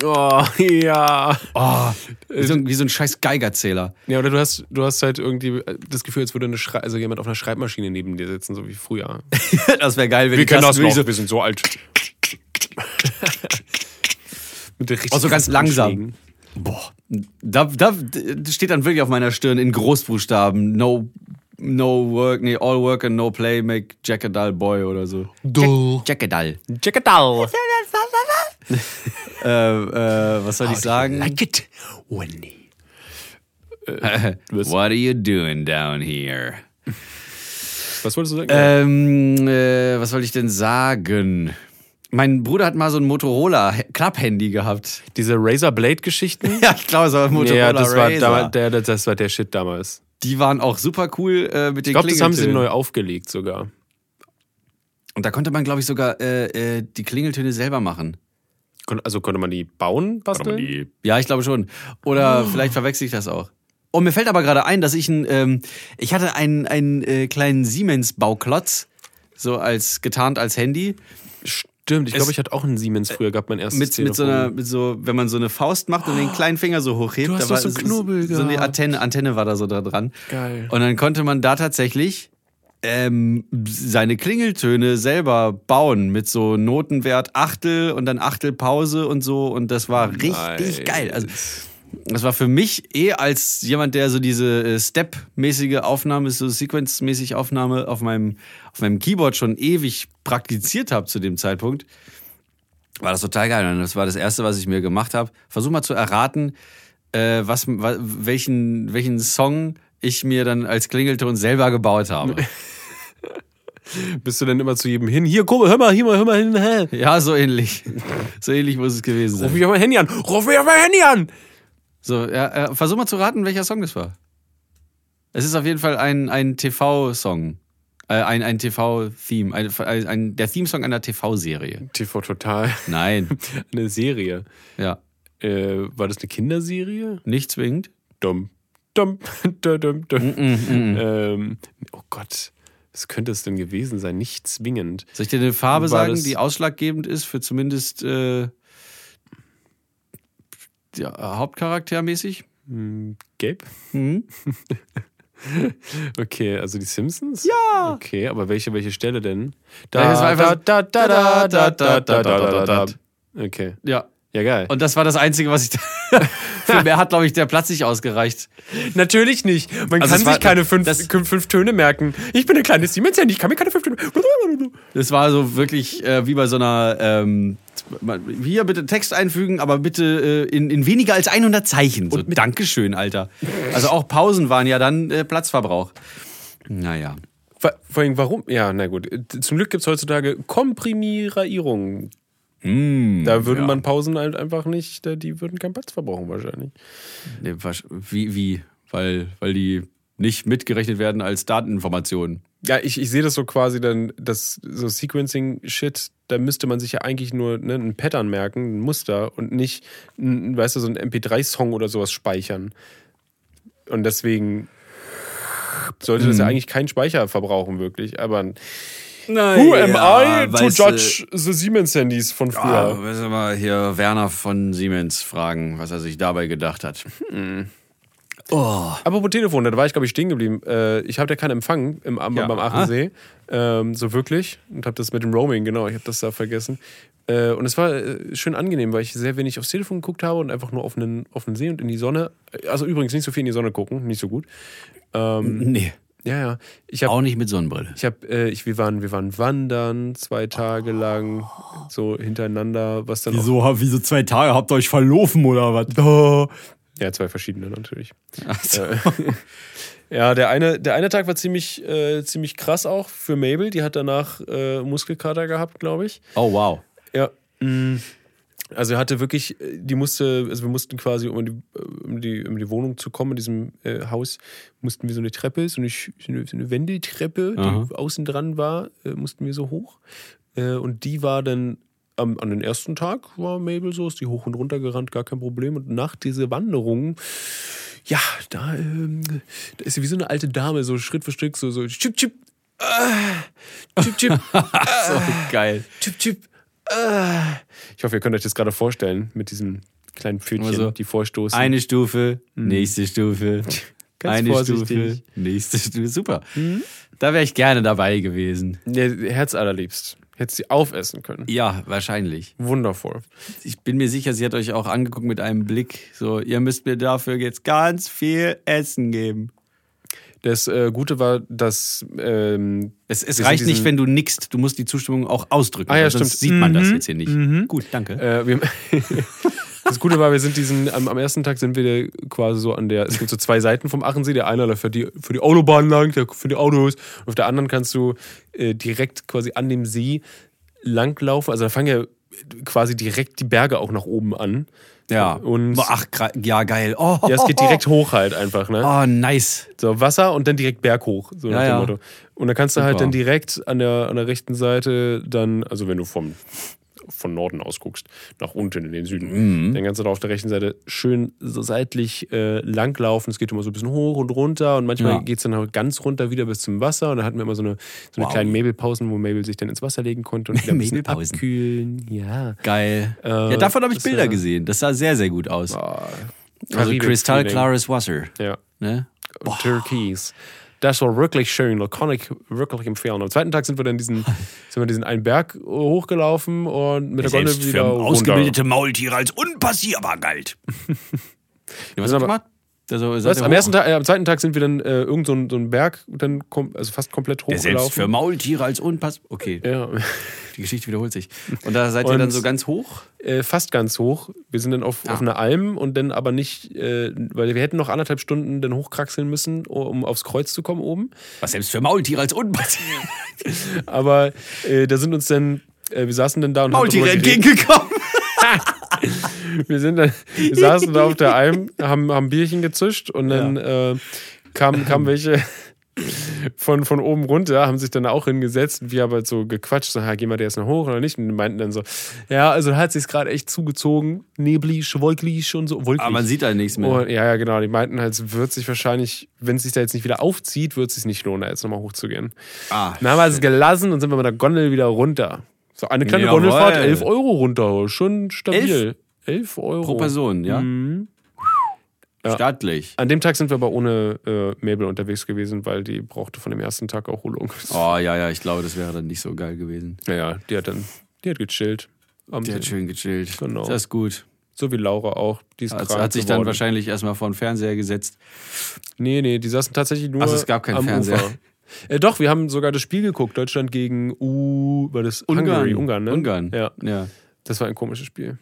Oh, ja.
oh, wie so ein, wie so ein scheiß Geigerzähler.
Ja, oder du hast, du hast halt irgendwie das Gefühl, als würde eine Schrei also jemand auf einer Schreibmaschine neben dir sitzen, so wie früher.
Das wäre geil, wenn die Tasten wirklich
wir sind so alt. Mit der richtig
Auch so Also ganz
krassen
langsam.
Anschlägen.
Boah, da, da steht dann wirklich auf meiner Stirn in Großbuchstaben No, no work, nee, all work and no play make Jack a dull boy oder so.
Dull.
Jack, Jack a dull.
Check it out.
Äh, äh, was soll
Ah,
ich sagen?
Like it, Wendy.
Äh. What are you doing down here?
Was wolltest du sagen?
Ähm, äh, was soll ich denn sagen? Mein Bruder hat mal so ein Motorola Club-Handy gehabt.
Diese Razor Blade Geschichten?
Ja, ich glaube, es war ein Motorola
ja, das war,
Razr.
damals, der, der- das war der Shit damals.
Die waren auch super cool äh, mit den
Ich glaube, das haben sie
Klingeltönen.
neu aufgelegt sogar.
Und da konnte man, glaube ich, sogar äh, äh, die Klingeltöne selber machen.
Kon- Also konnte man die bauen, basteln?
Ja, ich glaube schon. Oder
Oh.
vielleicht verwechsel ich das auch. Und mir fällt aber gerade ein, dass ich einen, ähm, ich hatte einen, einen äh, kleinen Siemens-Bauklotz, so als getarnt als Handy.
Stimmt, ich glaube, ich hatte auch einen Siemens früher gehabt, mein erstes
Mit, mit so
Telefon.
einer, mit so, wenn man so eine Faust macht und den kleinen Finger so hochhebt,
Oh. Du hast
da
doch
war
so einen Knubbel
so eine
gehabt.
Antenne, Antenne war da so da dran.
Geil.
Und dann konnte man da tatsächlich ähm, seine Klingeltöne selber bauen mit so Notenwert Achtel und dann Achtel Pause und so. Und das war richtig
Nice.
geil. Also, das war für mich eh als jemand, der so diese äh, Step-mäßige Aufnahme, so Sequence-mäßig Aufnahme auf meinem, auf meinem Keyboard schon ewig praktiziert habe zu dem Zeitpunkt, war das total geil. Und das war das Erste, was ich mir gemacht habe. Versuch mal zu erraten, äh, was, wa- welchen, welchen Song ich mir dann als Klingelton selber gebaut habe.
Bist du denn immer zu jedem hin? Hier, guck, hör mal, hier mal, hör mal hin. Hä?
ja, so ähnlich. So ähnlich muss es gewesen
Ruf
sein.
mich auf mein Handy an. Ruf mich auf mein Handy an.
So, ja, äh, versuch mal zu raten, welcher Song das war. Es ist auf jeden Fall ein, ein TV-Song. Äh, ein ein TV-Theme. Ein, ein, der Theme-Song einer TV-Serie.
TV Total.
Nein.
Eine Serie.
ja.
Äh, war das eine Kinderserie?
Nicht zwingend.
Dumm. Dumm. Dumm, dumm, dumm. Ähm, oh Gott. Was könnte es denn gewesen sein? Nicht zwingend.
Soll ich dir eine Farbe
War
sagen,
das-
die ausschlaggebend ist für zumindest äh, ja, Hauptcharaktermäßig?
Hm, gelb?
Mhm.
Okay, also die Simpsons? Ja! Okay, aber welche, welche Stelle denn?
Ja, das war einfach-
da, da, da, da, da, da, da, da, da. Okay.
Ja.
Ja, geil.
Und das war das Einzige, was ich da. Für mehr hat, glaube ich, der Platz nicht ausgereicht.
Natürlich nicht. Man
Also es
kann sich
war-
keine fünf,
das-
fünf, fünf Töne merken. Ich bin ein kleines Siemens-Handy, ich kann mir keine fünf Töne.
Das war so wirklich äh, wie bei so einer. Ähm, hier bitte Text einfügen, aber bitte äh, in, in weniger als 100 Zeichen. So, Dankeschön, Alter. Also auch Pausen waren ja dann äh, Platzverbrauch. Naja.
Wa- Vor allem, warum? Ja, na gut. Zum Glück gibt es heutzutage Komprimierierung. da würden
ja.
man Pausen halt einfach nicht, äh, die würden keinen Platz verbrauchen wahrscheinlich.
Nee, wasch- Wie, wie? Weil, weil die nicht mitgerechnet werden als Dateninformationen.
Ja, ich, ich sehe das so quasi dann, das so Sequencing-Shit, da müsste man sich ja eigentlich nur ne, ein Pattern merken, ein Muster und nicht, n, weißt du, so einen MP3-Song oder sowas speichern. Und deswegen sollte das ja eigentlich keinen Speicher verbrauchen, wirklich. Aber
Nein.
who am I to judge the Siemens-Handys von
Ja,
früher?
müssen wir Ah, mal hier Werner von Siemens fragen, was er sich dabei gedacht hat. Hm. Oh.
Apropos Telefon, da war ich, glaube ich, stehen geblieben. Äh, ich habe ja keinen Empfang im, am,
Ja.
beim Aachensee. Ähm, so wirklich. Und habe das mit dem Roaming, genau, ich habe das da vergessen. Äh, und es war äh, schön angenehm, weil ich sehr wenig aufs Telefon geguckt habe und einfach nur auf einen, auf den See und in die Sonne. Also übrigens nicht so viel in die Sonne gucken, nicht so gut.
Nee.
Ja, ja. Ich habe
Auch nicht mit Sonnenbrille.
Ich habe, äh, ich, wir waren, wir waren wandern zwei Tage lang so hintereinander, was dann
hab, wieso zwei Tage? Habt ihr euch verlaufen oder was? Also,
auch. Ja, zwei verschiedene natürlich. Oh. Äh, ja, der eine, der eine Tag war ziemlich, äh, ziemlich krass auch für Mabel. Die hat danach äh, Muskelkater gehabt, glaube ich.
Oh, wow.
Ja. mm. Also er hatte wirklich, äh, die musste, also wir mussten quasi, um in die, äh, um die, um die Wohnung zu kommen, in diesem äh, Haus, mussten wir so eine Treppe, so eine, Sch- so eine, so eine Wendeltreppe,
Aha.
die außen dran war, äh, mussten wir so hoch. Äh, und die war dann am, an den ersten Tag war Mabel so, ist die hoch und runter gerannt, gar kein Problem. Und nach dieser Wanderung, ja, da, ähm, da ist sie wie so eine alte Dame, so Schritt für Stück, so, so, chip, chip, äh, chip, chip,
So geil.
Chip, chip. Äh. Ich hoffe, ihr könnt euch das gerade vorstellen mit diesem kleinen Pfötchen,
Also,
die vorstoßen.
Eine Stufe, nächste Stufe.
Hm. Ganz
eine
vorsichtig. Hm?
Stufe, nächste Stufe. Super. Da wäre ich gerne dabei gewesen.
Ja, Herz allerliebst. Hättest sie aufessen können.
Ja, wahrscheinlich.
Wundervoll.
Ich bin mir sicher, sie hat euch auch angeguckt mit einem Blick. So, ihr müsst mir dafür jetzt ganz viel Essen geben.
Das äh, Gute war, dass ähm,
Es, es
wir sind
reicht nicht,
diesen-
wenn du nickst. Du musst die Zustimmung auch ausdrücken.
Ah ja,
weil sonst
stimmt.
sieht man das jetzt hier nicht. Gut, danke.
Äh, wir, das Gute war, wir sind diesen, am, am ersten Tag sind wir quasi so an der, es gibt so zwei Seiten vom Achensee, der eine läuft für die, für die Autobahn lang, der für die Autos, und auf der anderen kannst du äh, direkt quasi an dem See langlaufen, also da fangen ja quasi direkt die Berge auch nach oben an.
ja.
Und
Boah, Ach, gra- ja, geil. Oh,
ja, es geht direkt hoch halt einfach, ne?
Oh, nice.
So Wasser und dann direkt berghoch, so nach
Ja,
dem
ja.
Motto. Und dann kannst du halt
Super.
dann direkt an der, an der rechten Seite dann, also wenn du vom, von Norden aus guckst, nach unten in den
Mhm.
Süden, dann kannst du da auf der rechten Seite schön so seitlich äh, langlaufen. Es geht immer so ein bisschen hoch und runter und manchmal
Ja.
geht's dann auch ganz runter wieder bis zum Wasser und dann hatten wir immer so eine, so eine
Wow.
kleine Mabelpausen, wo Mabel sich dann ins Wasser legen konnte und wieder ein bisschen
Mabelpausen.
abkühlen. Ja.
Geil.
Äh,
ja, davon habe ich
das,
Bilder
äh,
gesehen. Das sah sehr, sehr gut aus. also
Karibik-Feeling.
kristallklares Wasser.
Ja.
Ne?
und Türkis. Das war wirklich schön, da kann ich wirklich empfehlen. Am zweiten Tag sind wir dann diesen, sind wir diesen einen Berg hochgelaufen und mit der Gondel wieder runter.
Maultiere als unpassierbar galt. ja, was habt
sind
ihr
aber-
gemacht? Also,
Was, am, ersten Tag, äh, am zweiten Tag sind wir dann äh, irgend so einen so einen Berg, dann kom also fast komplett
oh, Selbst für
hochgelaufen.
Maultiere als unpassbar. Okay,
Ja,
die Geschichte wiederholt sich. Und da seid ihr
Und-
dann so ganz hoch?
äh, fast ganz hoch. Wir sind dann auf, auf einer Alm und dann aber nicht, äh, weil wir hätten noch anderthalb Stunden dann hochkraxeln müssen, um aufs Kreuz zu kommen oben.
Was selbst für Maultiere als unpassierbar?
Aber äh, da sind uns dann, äh, wir saßen dann da und haben
Maultiere
darüber geredet.
entgegengekommen.
Wir sind dann, wir saßen da auf der Alm, haben, haben Bierchen gezischt und dann äh, kamen kam welche von, von oben runter, haben sich dann auch hingesetzt und wir haben halt so gequatscht, so, ha, gehen wir da jetzt noch hoch oder nicht? Und die meinten dann so, ja, also hat sich's gerade echt zugezogen, neblig, wolklig und so, wolklig.
Aber man sieht da nichts mehr.
und, ja, ja, genau. Die meinten halt, es wird sich wahrscheinlich, wenn es sich da jetzt nicht wieder aufzieht, wird es sich nicht lohnen, da jetzt nochmal hochzugehen.
ah,
Dann haben wir es gelassen und sind wir mit der Gondel wieder runter. So eine kleine
Jawohl.
Gondelfahrt, 11 Euro runter. Schon
Elf?
stabil. 11 Euro.
pro Person, ja?
Mhm.
Stattlich.
An dem Tag sind wir aber ohne äh, Mabel unterwegs gewesen, weil die brauchte von dem ersten Tag Erholung.
Oh, ja, ja, ich glaube, das wäre dann nicht so geil gewesen.
Naja, die hat dann, die hat gechillt. Am
Die hat
See.
schön gechillt.
Genau.
Das ist gut.
So wie Laura auch. Die ist
Hat,
krank
hat sich
geworden.
dann wahrscheinlich erstmal vor den Fernseher gesetzt.
Nee, nee, die saßen tatsächlich nur.
Ach so, es gab keinen
am
Fernseher.
Ufer. Äh, doch, wir haben sogar das Spiel geguckt. Deutschland gegen U, war das Hungary, Ungarn, ne?
Ungarn.
Ja,
ja.
das war ein komisches Spiel.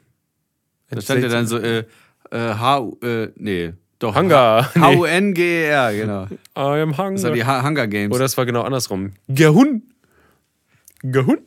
Da stand ja dann so, äh, äh, H, äh, nee, doch.
Hunger.
H- H-U-N-G-E-R, genau.
I am hungry.
Das waren die H Hunger Games.
Oder es war genau andersrum. Gehun. Gehun?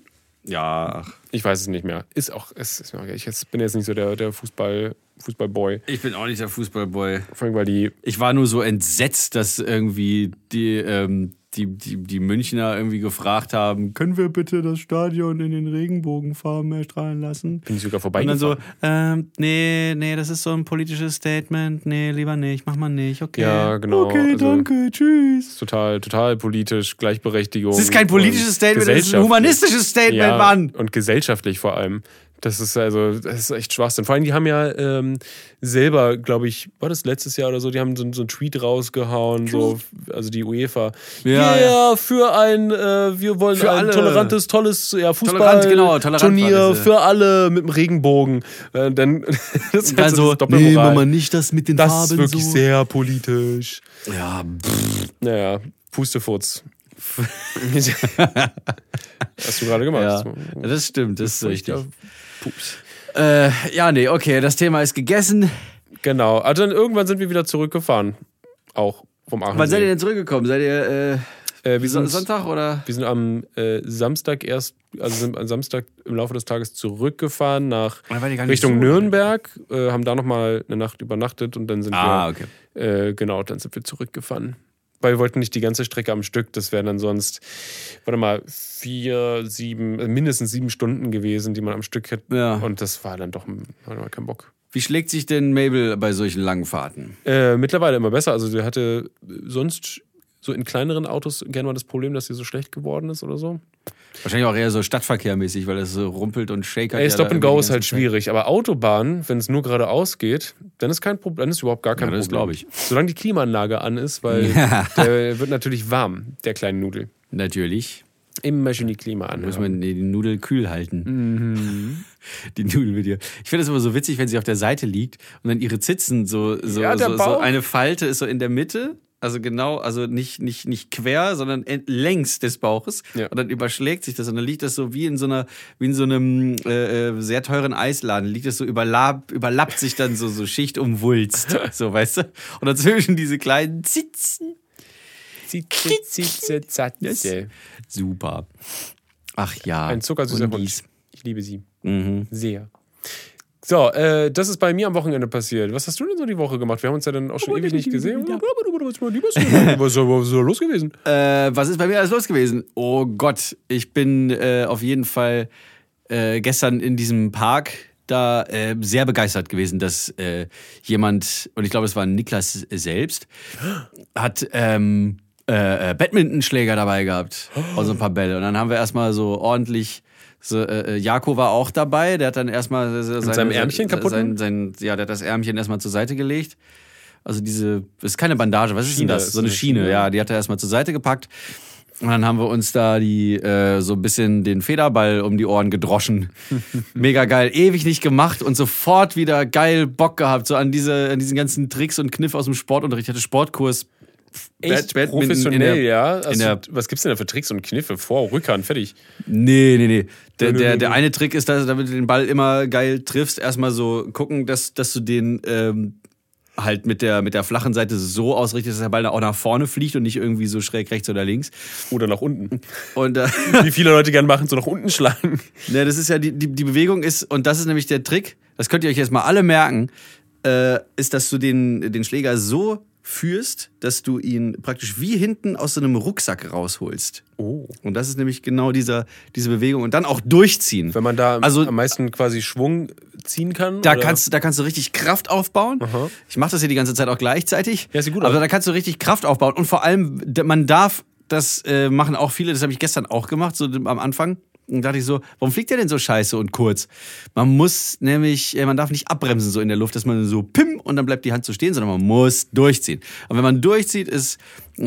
Ja, ach.
Ich weiß es nicht mehr. Ist auch, es ist, mir auch egal. ich jetzt, bin jetzt nicht so der, der Fußball, Fußballboy.
Ich bin auch nicht der Fußballboy.
Vor allem, weil die,
Ich war nur so entsetzt, dass irgendwie die, ähm, die, die, die Münchner irgendwie gefragt haben, können wir bitte das Stadion in den Regenbogenfarben erstrahlen lassen?
bin ich sogar
Und dann
vorbeigefahren.
so, ähm, nee, nee, das ist so ein politisches Statement. Nee, lieber nicht, mach mal nicht, okay.
Ja, genau,
Okay,
also-
danke, tschüss.
total, total politisch, Gleichberechtigung.
Das ist kein politisches
und
Statement, das ist ein
gesellschaftlich.
humanistisches Statement,
ja,
Mann.
Und gesellschaftlich vor allem. Das ist also, das ist echt Schwachsinn. Vor allem, die haben ja ähm, selber, glaube ich, war das letztes Jahr oder so, die haben so, so einen Tweet rausgehauen, so, also die UEFA.
Ja,
yeah, für ein, äh, wir wollen
Für
ein
alle.
tolerantes, tolles ja,
Tolerant, genau, tolerant war
Fußball-Turnier
das, ja.
für alle mit dem Regenbogen. Äh, dann das ist halt
Dann so,
das
Also, nee,
Doppelmoral.
mach mal nicht das mit den
das ist
Farben
wirklich
so.
sehr politisch.
ja,
Naja, Pustefurz. Hast du gerade gemacht.
ja, das stimmt, das ist richtig.
Furchtbar.
Äh, ja, nee, okay, das Thema ist gegessen.
Genau. Also dann irgendwann sind wir wieder zurückgefahren. Auch vom Aachen.
Wann seid ihr denn zurückgekommen? Seid ihr äh,
Äh, wir,
so
sind,
Sonntag oder?
wir sind am äh, Samstag erst, also sind am Samstag im Laufe des Tages zurückgefahren nach
Dann war die gar nicht
Richtung
so-
Nürnberg, äh, haben da nochmal eine Nacht übernachtet und dann sind
Ah, okay.
wir, äh, genau, dann sind wir zurückgefahren. Weil wir wollten nicht die ganze Strecke am Stück, das wären dann sonst, warte mal, vier, sieben, äh, mindestens sieben Stunden gewesen, die man am Stück hätte.
Ja.
Und das war dann doch, warte mal, kein Bock.
Wie schlägt sich denn Mabel bei solchen langen Fahrten?
Äh, mittlerweile immer besser. Also sie hatte sonst so in kleineren Autos gerne mal das Problem, dass sie so schlecht geworden ist oder so.
Wahrscheinlich auch eher so stadtverkehrmäßig, weil es so rumpelt und shakert.
Ey,
ja
Stop
da
and Go
irgendwie
ist halt
ganz-
schwierig, aber Autobahn, wenn es nur geradeaus geht, dann ist kein Problem, dann ist überhaupt gar kein
Ja, das
Problem.
glaub ich.
Solange die Klimaanlage an ist, weil der wird natürlich warm, der kleine Nudel.
Natürlich.
Immer schön die Klima an.
Muss man die Nudel kühl halten.
Mhm.
Die Nudel mit ihr. Ich finde das immer so witzig, wenn sie auf der Seite liegt und dann ihre Zitzen so, so,
Ja, der
so, so
Bauch.
eine Falte ist so in der Mitte. Also genau, also nicht, nicht, nicht quer, sondern ent- längs des Bauches.
Ja.
Und dann überschlägt sich das und dann liegt das so wie in so einer, wie in so einem äh, äh, sehr teuren Eisladen, liegt das so überlapp, überlappt sich dann so, so Schicht umwulst. So, weißt du? Und dazwischen diese kleinen Zitzen.
Zitze, zitze, zatze.
Super. Ach ja.
Ein zuckersüßer
Hundis.
Hund. Ich liebe sie. Sehr. So, äh, das ist bei mir am Wochenende passiert. Was hast du denn so die Woche gemacht? Wir haben uns ja dann auch schon ewig nicht gesehen. Was ist da was ist da los gewesen?
Äh, was ist bei mir alles los gewesen? Oh Gott, ich bin äh, auf jeden Fall äh, gestern in diesem Park da äh, sehr begeistert gewesen, dass äh, jemand, und ich glaube, es war Niklas selbst, hat ähm, äh, äh, Badmintonschläger dabei gehabt und so ein paar Bälle. Und dann haben wir erstmal so ordentlich. So, äh, äh, Jako war auch dabei, der hat dann erstmal se- se- seine,
seinem Ärmchen
se-
kaputt
Sein, sein, ja, der hat das Ärmchen erstmal zur Seite gelegt. Also diese, das ist keine Bandage, was ist denn
Schiene
das?
ist
So eine
eine
Schiene,
Schiene.
ja, die hat er erstmal zur Seite gepackt. Und dann haben wir uns da die äh, so ein bisschen den Federball um die Ohren gedroschen. Mega geil, ewig nicht gemacht und sofort wieder geil Bock gehabt, so an diese an diesen ganzen Tricks und Kniff aus dem Sportunterricht. Ich hatte Sportkurs
Echt
Bad- Badminton in
professionell,
der-
ja. Also,
in der-
was gibt's denn da für Tricks und Kniffe? Vor, Rückhand, fertig.
Nee, nee, nee. Der,
Nö, nö,
der,
nö,
der
nö.
eine Trick ist, dass, damit du den Ball immer geil triffst, erstmal so gucken, dass, dass du den ähm, halt mit der, mit der flachen Seite so ausrichtest, dass der Ball auch nach vorne fliegt und nicht irgendwie so schräg rechts oder links.
Oder nach unten.
Und äh,
Wie viele Leute gerne machen, so nach unten schlagen.
ne, das ist ja die, die, die Bewegung ist, und das ist nämlich der Trick, das könnt ihr euch jetzt mal alle merken, äh, ist, dass du den, den Schläger so führst, dass du ihn praktisch wie hinten aus so einem Rucksack rausholst.
Oh.
Und das ist nämlich genau dieser, diese Bewegung. Und dann auch durchziehen.
Wenn man da
Also-
am meisten quasi Schwung ziehen kann.
Da
oder?
kannst, du- da kannst du richtig Kraft aufbauen.
Aha.
Ich mache das hier die ganze Zeit auch gleichzeitig.
Ja, sieht gut
Aber
aus.
da kannst du richtig Kraft aufbauen. Und vor allem, d- man darf, das äh, machen auch viele, das habe ich gestern auch gemacht, so am Anfang. Und dachte ich so, warum fliegt der denn so scheiße und kurz? Man muss nämlich, äh, man darf nicht abbremsen so in der Luft, dass man so pim und dann bleibt die Hand so stehen, sondern man muss durchziehen. Und wenn man durchzieht, ist,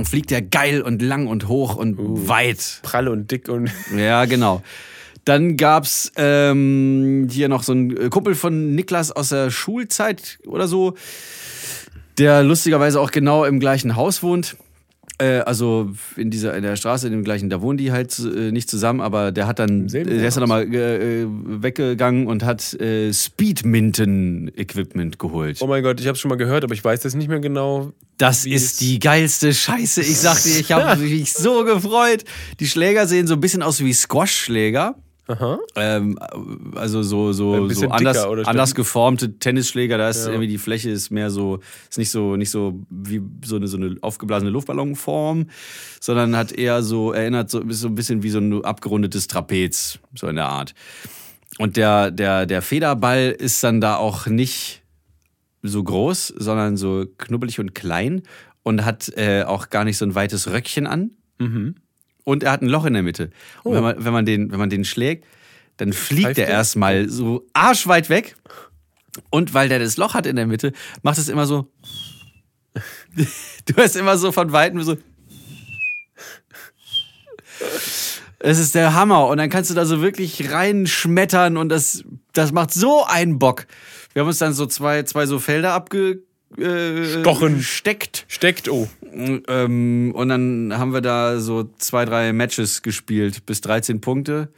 fliegt der geil und lang und hoch und
Uh.
weit.
Pralle und dick und.
Ja, genau. Dann gab's ähm, hier noch so einen Kumpel von Niklas aus der Schulzeit oder so, der lustigerweise auch genau im gleichen Haus wohnt. Äh, also in dieser in der Straße, in dem gleichen, da wohnen die halt äh, nicht zusammen, aber der hat dann, äh,
selben
der ist dann
Wohnhaus.
nochmal äh, äh, weggegangen und hat äh, Speedminton-Equipment geholt.
Oh mein Gott, ich habe schon mal gehört, aber ich weiß das nicht mehr genau.
Das ist die geilste Scheiße. Ich sagte, ich habe mich so gefreut. Die Schläger sehen so ein bisschen aus wie Squash-Schläger. Ähm, also so,
Ein
so,
bisschen
so anders,
dicker, oder?
anders geformte Tennisschläger, da ist
Ja.
irgendwie die Fläche ist mehr so, ist nicht so, nicht so wie so eine, so eine aufgeblasene Luftballonform, sondern hat eher so, erinnert so, ist so ein bisschen wie so ein abgerundetes Trapez, so in der Art. Und der, der, der Federball ist dann da auch nicht so groß, sondern so knubbelig und klein und hat äh, auch gar nicht so ein weites
Mhm.
Röckchen an. Und er hat ein Loch in der Mitte. Und wenn man, wenn man, den, wenn man den schlägt, dann fliegt
Oh. Pfeift
der
der?
erstmal so arschweit weg. Und weil der das Loch hat in der Mitte, macht es immer so. Du hast immer so von Weitem so. Es ist der Hammer. Und dann kannst du da so wirklich reinschmettern und das, das macht so einen Bock. Wir haben uns dann so zwei, zwei so Felder abge. Äh,
Stochen.
Steckt.
Steckt, oh.
Ähm, und dann haben wir da so zwei, drei Matches gespielt, bis 13 Punkte.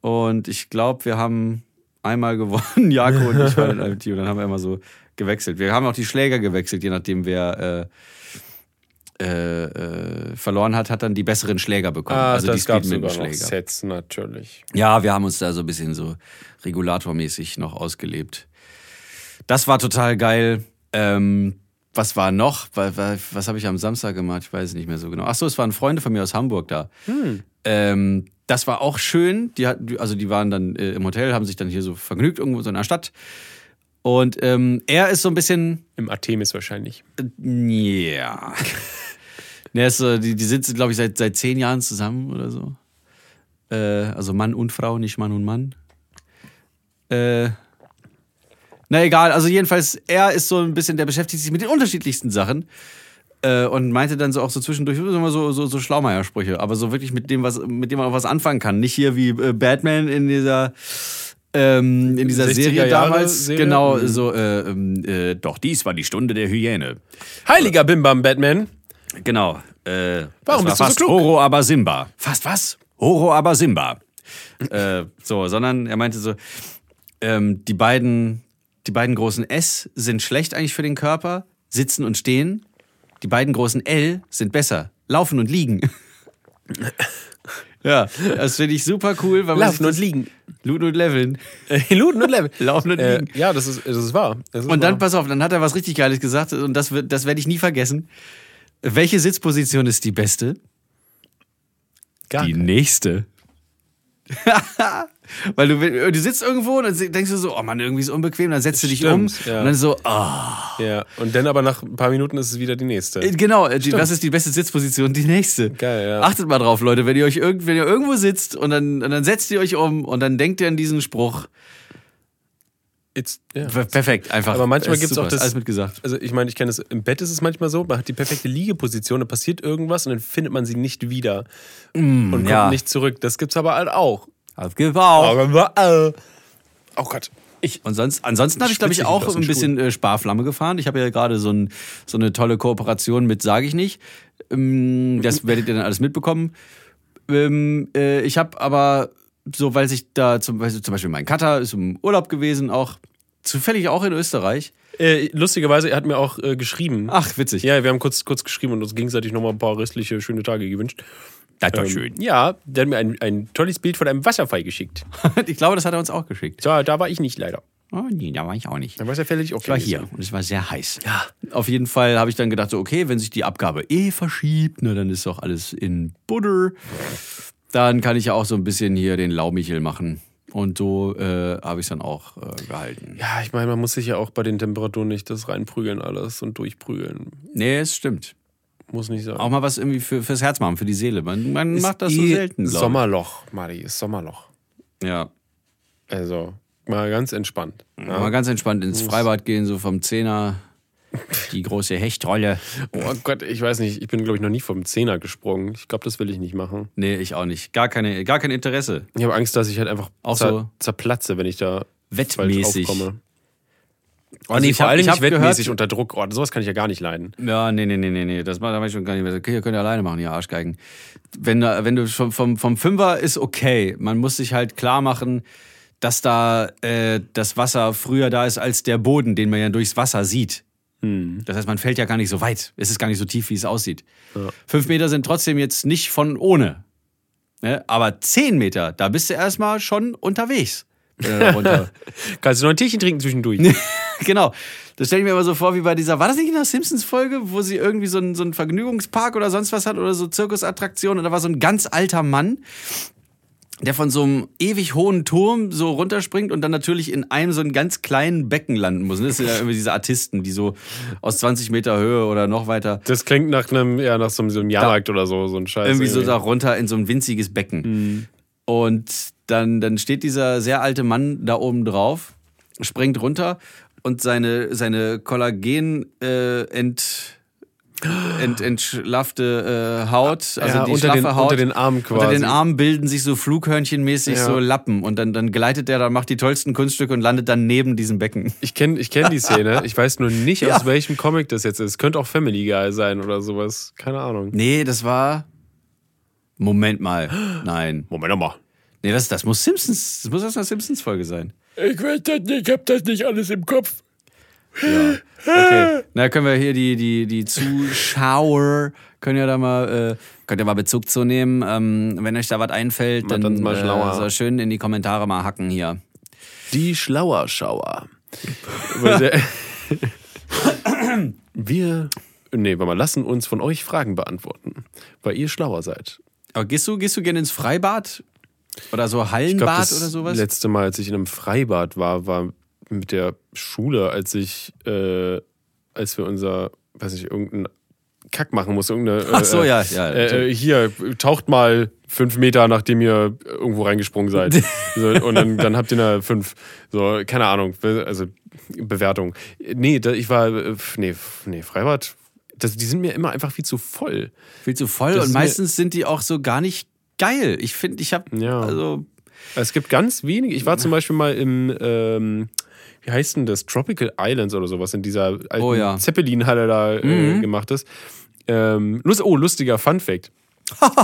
Und ich glaube, wir haben einmal gewonnen, Jako und ich waren in einem Team. Und dann haben wir immer so gewechselt. Wir haben auch die Schläger gewechselt, je nachdem, wer äh, äh, äh, verloren hat, hat dann die besseren Schläger bekommen. also die
Ah, gab's
Speedman-Schläger.
Sets natürlich.
Ja, wir haben uns da so ein bisschen so regulatormäßig noch ausgelebt. Das war total geil. Ähm, was war noch? Wa- wa- Was habe ich am Samstag gemacht? Ich weiß es nicht mehr so genau. Ach so, es waren Freunde von mir aus Hamburg da. Ähm, das war auch schön. Die hatten, also die waren dann äh, im Hotel, haben sich dann hier so vergnügt irgendwo in so einer Stadt. Und ähm, er ist so ein bisschen
Im Artemis wahrscheinlich.
ja. Ne, ist so, die, die sitzen, glaube ich, seit, seit zehn Jahren zusammen oder so. Äh, also Mann und Frau, nicht Mann und Mann. Äh, na egal, also jedenfalls, er ist so ein bisschen, der beschäftigt sich mit den unterschiedlichsten Sachen. Äh, und meinte dann so auch so zwischendurch das sind immer so, so, so Schlaumeier-Sprüche, aber so wirklich mit dem, was, mit dem man auch was anfangen kann. Nicht hier wie äh, Batman in dieser, ähm, in dieser
60er
Serie
Jahre
damals.
Serie?
Genau,
Mhm.
so, äh, ähm, äh, doch dies war die Stunde der Hyäne.
Heiliger Bimbam Batman.
Genau. Äh,
Warum
das war
bist du so
fast
klug?
Horo aber Simba. Fast was? Horo aber Simba. äh, so, sondern er meinte so, ähm, die beiden, die beiden großen S sind schlecht eigentlich für den Körper, sitzen und stehen. Die beiden großen L sind besser, laufen und liegen. ja, das finde ich super cool, weil man sich
Laufen und
das-
liegen.
Looten und leveln.
Luden Äh, und Level.
Laufen und
Äh,
liegen.
ja, das ist, das ist wahr. Das ist
Und dann,
wahr.
pass auf, dann hat er was richtig Geiles gesagt und das, wird, das werde ich nie vergessen. Welche Sitzposition ist die beste?
Gar
Die
kein-
nächste. Weil du, du sitzt irgendwo und dann denkst du so, oh Mann, irgendwie ist es unbequem, dann setzt du dich
Stimmt,
um
ja.
und dann so, ah,
Ja, und dann aber nach ein paar Minuten ist es wieder die nächste.
Äh, Genau, die, was ist die beste Sitzposition? Die nächste.
Geil, ja.
Achtet mal drauf, Leute, wenn ihr euch irgend, wenn ihr irgendwo sitzt und dann, und dann setzt ihr euch um und dann denkt ihr an diesen Spruch.
It's, ja.
Per- Perfekt, einfach.
Aber manchmal
Ist
gibt's
super,
auch
ist
das-
Alles mitgesagt.
Also ich meine, ich kenne es, im Bett ist es manchmal so, man hat die perfekte Liegeposition, da passiert irgendwas und dann findet man sie nicht wieder und kommt
Mm, ja.
nicht zurück. Das gibt's aber halt auch.
Aufgebaut. äh.
Oh Gott. Ich,
Und sonst, ansonsten habe ich, glaube ich,
Spitze
auch
hinter aus dem
ein bisschen äh, Sparflamme gefahren. Ich habe ja gerade so, ein, so eine tolle Kooperation mit Sage ich nicht. Ähm, das werdet ihr dann alles mitbekommen. Ähm, äh, ich habe aber, so weil sich da zum Beispiel, zum Beispiel mein Cutter ist im Urlaub gewesen, auch zufällig auch in Österreich.
äh, lustigerweise, er hat mir auch äh, geschrieben.
Ach, witzig.
Ja, wir haben kurz, kurz geschrieben und uns gegenseitig nochmal ein paar restliche schöne Tage gewünscht.
das war
Ähm, Ja, der hat mir ein, ein tolles Bild von einem Wasserfall geschickt.
ich glaube, das hat er uns auch geschickt.
Da, da war ich nicht leider.
Oh, nee, da war ich auch nicht.
Da war es ja völlig auch
Ich war hier und es war sehr heiß. Ja. Auf jeden Fall habe ich dann gedacht, so, okay, wenn sich die Abgabe eh verschiebt, ne, dann ist doch alles in Butter. Dann kann ich ja auch so ein bisschen hier den Laumichel machen. Und so äh, habe ich es dann auch äh, gehalten.
Ja, ich meine, man muss sich ja auch bei den Temperaturen nicht das reinprügeln alles und durchprügeln.
Nee, es stimmt.
Muss nicht sein.
Auch mal was irgendwie für, fürs Herz machen, für die Seele. Man, man macht das so
eh
selten, glaub ich.
Sommerloch, Mari, ist Sommerloch.
Ja.
Also, mal ganz entspannt.
Mal ganz entspannt ins Freibad gehen, so vom Zehner. Die große Hechtrolle.
Oh Gott, ich weiß nicht, ich bin, glaube ich, noch nie vom Zehner gesprungen. Ich glaube, das will ich nicht machen.
Nee, ich auch nicht. Gar, keine, gar kein Interesse.
Ich habe Angst, dass ich halt einfach
Auch
zer
so.
zerplatze, wenn ich da falsch
Wettmäßig.
aufkomme.
Oh,
Also
nee,
ich vor allem
ich
nicht
hab gehört,
wettmäßig unter Druck. Oh, sowas kann ich ja gar nicht leiden.
Ja, nee, nee, nee, nee, nee. Das mache ich schon gar nicht mehr. Okay, ihr könnt ihr alleine machen, ihr Arschgeigen. Wenn, da- wenn du vom, vom, vom Fünfer ist okay. Man muss sich halt klar machen, dass da äh, das Wasser früher da ist als der Boden, den man ja durchs Wasser sieht. Das heißt, man fällt ja gar nicht so weit. Es ist gar nicht so tief, wie es aussieht. Fünf Meter sind trotzdem jetzt nicht von ohne. Ne? Aber zehn Meter, da bist du erstmal schon unterwegs. Wenn du da runter-
Kannst du noch ein Tierchen trinken zwischendurch?
genau. Das stelle ich mir immer so vor, wie bei dieser, war das nicht in der Simpsons-Folge, wo sie irgendwie so einen, so einen Vergnügungspark oder sonst was hat oder so Zirkusattraktion und da war so ein ganz alter Mann, der von so einem ewig hohen Turm so runterspringt und dann natürlich in einem so einen ganz kleinen Becken landen muss. Und Das sind ja irgendwie diese Artisten, die so aus 20 Meter Höhe oder noch weiter
Das klingt nach einem, ja, Also, nach so einem, so einem Jahrmarkt oder so, so ein Scheiß.
irgendwie so da runter in so ein winziges Becken. Und dann, dann steht dieser sehr alte Mann da oben drauf, springt runter und seine, seine Kollagen äh, ent, ent, entschlaffte äh, Haut, also
Ja,
die
unter den-
schlaffe Haut.
unter den Armen
Unter den
quasi.
Armen bilden sich so flughörnchenmäßig
Ja.
so Lappen und dann, dann gleitet der, dann macht die tollsten Kunststücke und landet dann neben diesem Becken.
Ich kenne ich kenn die Szene. Ich weiß nur nicht,
Ja.
aus welchem Comic das jetzt ist. Könnte auch Family Guy sein oder sowas. Keine Ahnung.
Nee, das war. Moment mal. Nein.
Moment mal.
Nee, das, das muss Simpsons. Das muss aus einer Simpsons-Folge sein.
Ich weiß das nicht, ich hab das nicht alles im Kopf.
Ja. Okay. Na, können wir hier die, die, die Zuschauer können ja da mal, äh, könnt ihr mal Bezug zu nehmen. Ähm, wenn euch da was einfällt,
Macht
dann,
uns mal schlauer.
äh, so schön in die Kommentare mal hacken hier.
Die Schlauerschauer. Weil der- Wir. Nee, warte mal, lassen uns von euch Fragen beantworten, weil ihr schlauer seid.
Aber gehst du, gehst du gerne ins Freibad? Oder so
Ich glaub,
Hallenbad
das
oder sowas?
letzte Mal, als ich in einem Freibad war, war mit der Schule, als ich, äh, als wir unser, weiß nicht, irgendeinen Kack machen mussten, irgendeine.
Ach so,
äh,
ja, ja.
Äh, äh, hier, taucht mal fünf Meter, nachdem ihr irgendwo reingesprungen seid. so, und dann, dann habt ihr eine fünf. So, keine Ahnung. Also, Bewertung. Nee, da, ich war, äh, nee, nee, Freibad. Das, die sind mir immer einfach viel zu voll.
Viel zu voll
das
und
ist mir-
meistens sind die auch so gar nicht geil. Ich finde, ich habe
Ja.
also
Es gibt ganz wenige. Ich war zum Beispiel mal im, ähm, wie heißt denn das? Tropical Islands oder sowas, in dieser alten
Oh ja. Mhm.
Zeppelin-Halle da äh, gemacht ist. Ähm, lust, oh, lustiger Fun-Fact.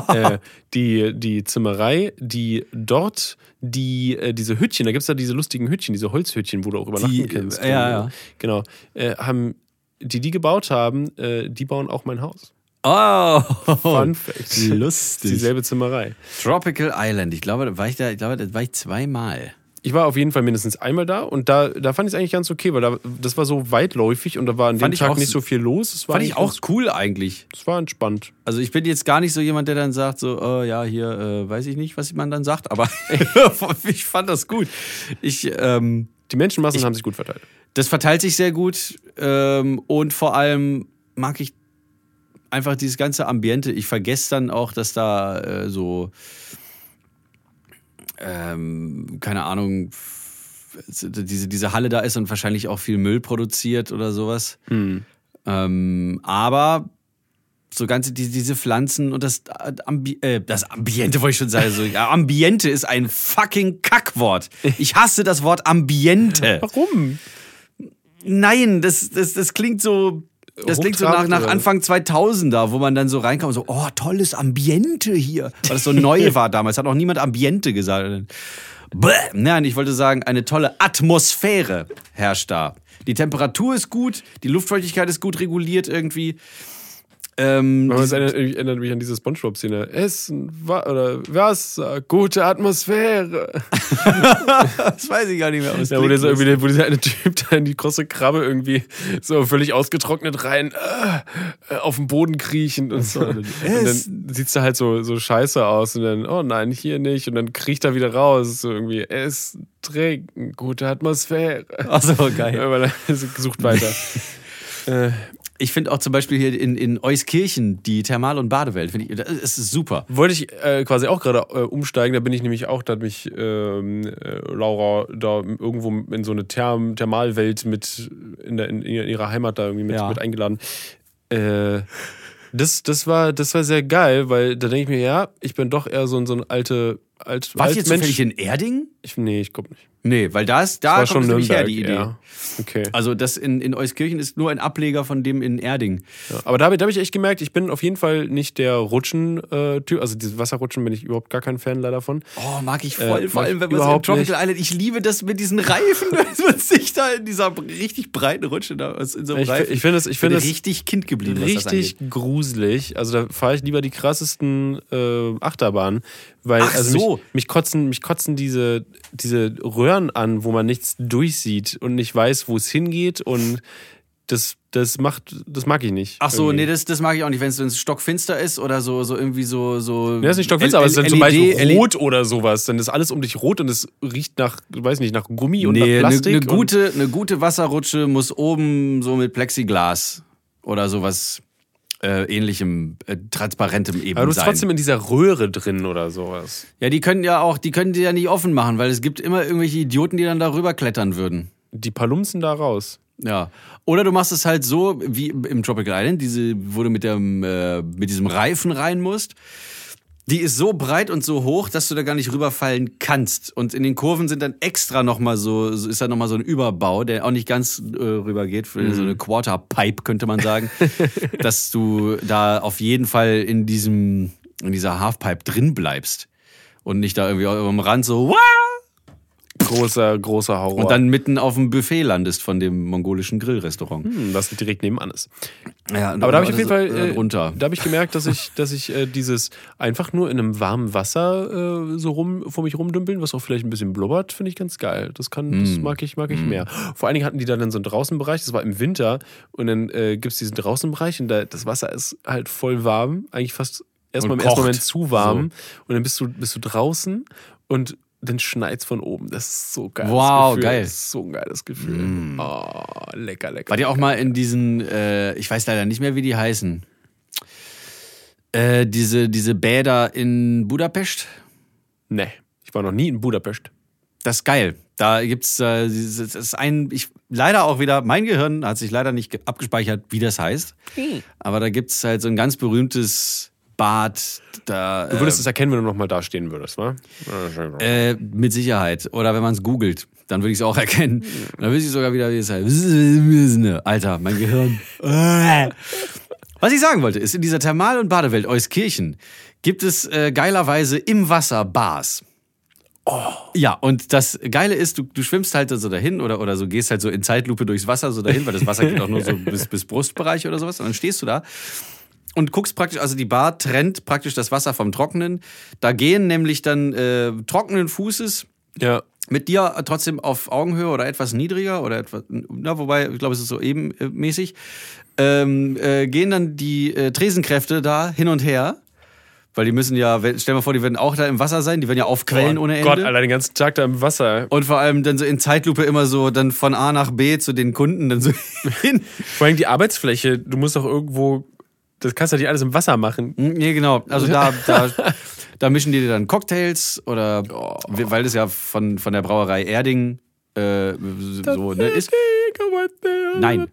äh, die, die Zimmerei, die dort die, äh, diese Hütchen, da gibt es da diese lustigen Hütchen, diese Holzhütchen, wo du auch übernachten
Die,
kannst.
äh, ja, ja.
Genau. Äh, haben, die die gebaut haben, äh, die bauen auch mein Haus.
oh
Fun Fact.
lustig.
Dieselbe Zimmerei.
Tropical Island. Ich glaube, da war ich da, ich glaube, da war ich zweimal.
ich war auf jeden Fall mindestens einmal da und da, da fand ich es eigentlich ganz okay, weil da, das war so weitläufig und da war an dem
Fand ich
Tag
auch-
nicht so viel los. Es war
Fand ich auch
eigentlich
cool eigentlich.
ganz- Es war entspannt.
Also ich bin jetzt gar nicht so jemand, der dann sagt, so, äh, ja, hier, äh, weiß ich nicht, was man dann sagt, aber ich fand das gut. Ich, ähm,
Die Menschenmassen haben sich gut verteilt.
das verteilt sich sehr gut ähm, und vor allem mag ich einfach dieses ganze Ambiente. Ich vergesse dann auch, dass da äh, so, ähm, keine Ahnung, f- diese, diese Halle da ist und wahrscheinlich auch viel Müll produziert oder sowas. Ähm, aber so ganze die, diese Pflanzen und das äh, Ambi äh, das Ambiente wollte ich schon sagen so ja, Ambiente ist ein fucking Kackwort ich hasse das Wort Ambiente
Warum?
Nein, das, das, das klingt so. Das klingt so nach,
Hochtrabend
nach
oder?
Anfang 2000er, wo man dann so reinkam und so, oh, tolles Ambiente hier. Weil das so neu war damals, hat auch niemand Ambiente gesagt. Bäh. Nein, ich wollte sagen, eine tolle Atmosphäre herrscht da. Die Temperatur ist gut, die Luftfeuchtigkeit ist gut reguliert irgendwie. Ähm,
Aber es erinnert, ich erinnert mich an diese Spongebob-Szene. Essen, wa oder Wasser, gute Atmosphäre.
das weiß ich gar nicht mehr. aber es
Ja, wo,
klingt
dieser,
lustig.
irgendwie, wo dieser eine Typ da in die große Krabbe irgendwie so völlig ausgetrocknet rein äh, auf den Boden kriechend und so. Und dann sieht's da halt so, so scheiße aus und dann, oh nein, hier nicht. Und dann kriecht er wieder raus. So irgendwie, essen, trinken, gute Atmosphäre.
Ach so, geil.
Aber dann sucht weiter. äh,
Ich finde auch zum Beispiel hier in, in Euskirchen die Thermal- und Badewelt, finde ich, das ist super.
Wollte ich äh, quasi auch gerade äh, umsteigen, da bin ich nämlich auch, da hat mich ähm, äh, Laura da irgendwo in so eine Therm Thermalwelt mit in, der, in, in ihrer Heimat da irgendwie mit,
Ja.
mit eingeladen. Äh, das, das, war, das war sehr geil, weil da denke ich mir, ja, ich bin doch eher so ein, so ein alte, alt,
Warst du jetzt
Mensch.
zufällig Ah, in Erding?
Ich, nee, ich glaube nicht.
Nee, weil da ist, da
war
kommt
schon
es nämlich her,
Nürnberg.
die Idee.
Ja. Okay.
Also das in, in Euskirchen ist nur ein Ableger von dem in Erding.
Ja, aber da habe da hab ich echt gemerkt, ich bin auf jeden Fall nicht der Rutschen-Typ. also diese Wasserrutschen bin ich überhaupt gar kein Fan leider von.
Oh, mag ich
Äh,
voll.
mag
vor allem, wenn
ich
man so in
überhaupt
Tropical
nicht.
Island, ich liebe das mit diesen Reifen, dass man sich da in dieser richtig breiten Rutsche da was in so einem
Ich,
Reifen.
ich finde es, ich
bin
finde es
richtig Kind geblieben, was das
richtig
angeht.
gruselig. Also da fahre ich lieber die krassesten äh, Achterbahnen, weil
Ach
also
so.
mich, mich kotzen, mich kotzen diese, diese Röhren an, wo man nichts durchsieht und nicht weiß, wo es hingeht und das, das macht, das mag ich nicht.
Ach so,
irgendwie.
nee, das, das mag ich auch nicht, wenn es wenn es stockfinster ist oder so so irgendwie so so.
Ja, das ist nicht stockfinster, aber es ist dann zum
E
Beispiel rot oder sowas. Dann ist alles um dich rot und es riecht nach, weiß nicht, nach Gummi und
Nee,
nach
eine
Plastik.
ne
und-
gute, ne gute Wasserrutsche muss oben so mit Plexiglas oder sowas äh, ähnlichem, äh, transparentem eben
Aber du bist
sein.
trotzdem in dieser Röhre drin oder sowas.
ja, die können ja auch, die können die ja nicht offen machen, weil es gibt immer irgendwelche Idioten, die dann darüber klettern würden.
Die Palumsen da raus.
Ja. Oder du machst es halt so, wie im Tropical Island, diese, wo du mit, dem, äh, mit diesem Reifen rein musst. Die ist so breit und so hoch, dass du da gar nicht rüberfallen kannst. Und in den Kurven sind dann extra nochmal so, so- ist da nochmal so ein Überbau, der auch nicht ganz äh, rübergeht, für so eine Quarterpipe, könnte man sagen, dass du da auf jeden Fall in diesem, in dieser Halfpipe drin bleibst. Und nicht da irgendwie am Rand so, Wah!
Großer, großer Horror.
und dann mitten auf dem Buffet landest von dem mongolischen Grillrestaurant.
Hm, das direkt nebenan ist.
Ja,
Aber da habe ich auf jeden Fall äh,
runter.
Da habe ich gemerkt, dass ich, dass ich äh, dieses einfach nur in einem warmen Wasser äh, so rum vor mich rumdümpeln, was auch vielleicht ein bisschen blubbert, finde ich ganz geil. Das kann, das
Hm.
mag ich, mag ich mehr. Vor allen Dingen hatten die da dann so einen Draußenbereich. Das war im Winter und dann äh, gibt es diesen Draußenbereich und da, das Wasser ist halt voll warm, eigentlich fast erstmal
Und
im ersten
kocht.
Moment zu warm und dann bist du bist du draußen und dann schneit's von oben. Das ist so geil.
Wow,
Gefühl.
geil. Hm.
Das ist so ein geiles Gefühl. Oh, lecker, lecker.
Wart ihr auch
lecker.
mal in diesen, äh, ich weiß leider nicht mehr, wie die heißen. Äh, diese, diese Bäder in Budapest?
Nee, ich war noch nie in Budapest.
Das ist geil. Da gibt's äh, dieses- das ist ein, ich leider auch wieder, mein Gehirn hat sich leider nicht ge- abgespeichert, wie das heißt. Aber da gibt's halt so ein ganz berühmtes Bad. Da,
Du würdest es erkennen, wenn du nochmal dastehen würdest, ne?
Äh, mit Sicherheit. Oder wenn man es googelt, dann würde ich es auch erkennen. Dann wüsste ich sogar wieder, wie es heißt. Alter, mein Gehirn. Was ich sagen wollte, ist, in dieser Thermal- und Badewelt Euskirchen gibt es äh, geilerweise im Wasser Bars. Ja, und das Geile ist, du, du schwimmst halt so dahin oder, oder so gehst halt so in Zeitlupe durchs Wasser so dahin, weil das Wasser geht auch nur so bis, bis Brustbereich oder sowas. Und dann stehst du da und guckst praktisch, also die Bar trennt praktisch das Wasser vom Trockenen. Da gehen nämlich dann äh, trockenen Fußes
ja.
mit dir trotzdem auf Augenhöhe oder etwas niedriger oder etwas, na, wobei, ich glaube, es ist so ebenmäßig, ähm, äh, gehen dann die äh, Tresenkräfte da hin und her. Weil die müssen ja, wenn- stell dir mal vor, die werden auch da im Wasser sein, die werden ja aufquellen ohne Ende.
Oh Gott, Alter, den ganzen Tag da im Wasser.
Und vor allem dann so in Zeitlupe immer so dann von A nach B zu den Kunden dann so hin.
Vor allem die Arbeitsfläche, du musst doch irgendwo, das kannst du ja nicht alles im Wasser machen.
Nee, genau. Also da, da, da mischen die dir dann Cocktails oder
Oh.
weil das ja von, von der Brauerei Erding äh, so ne, ist. Nein.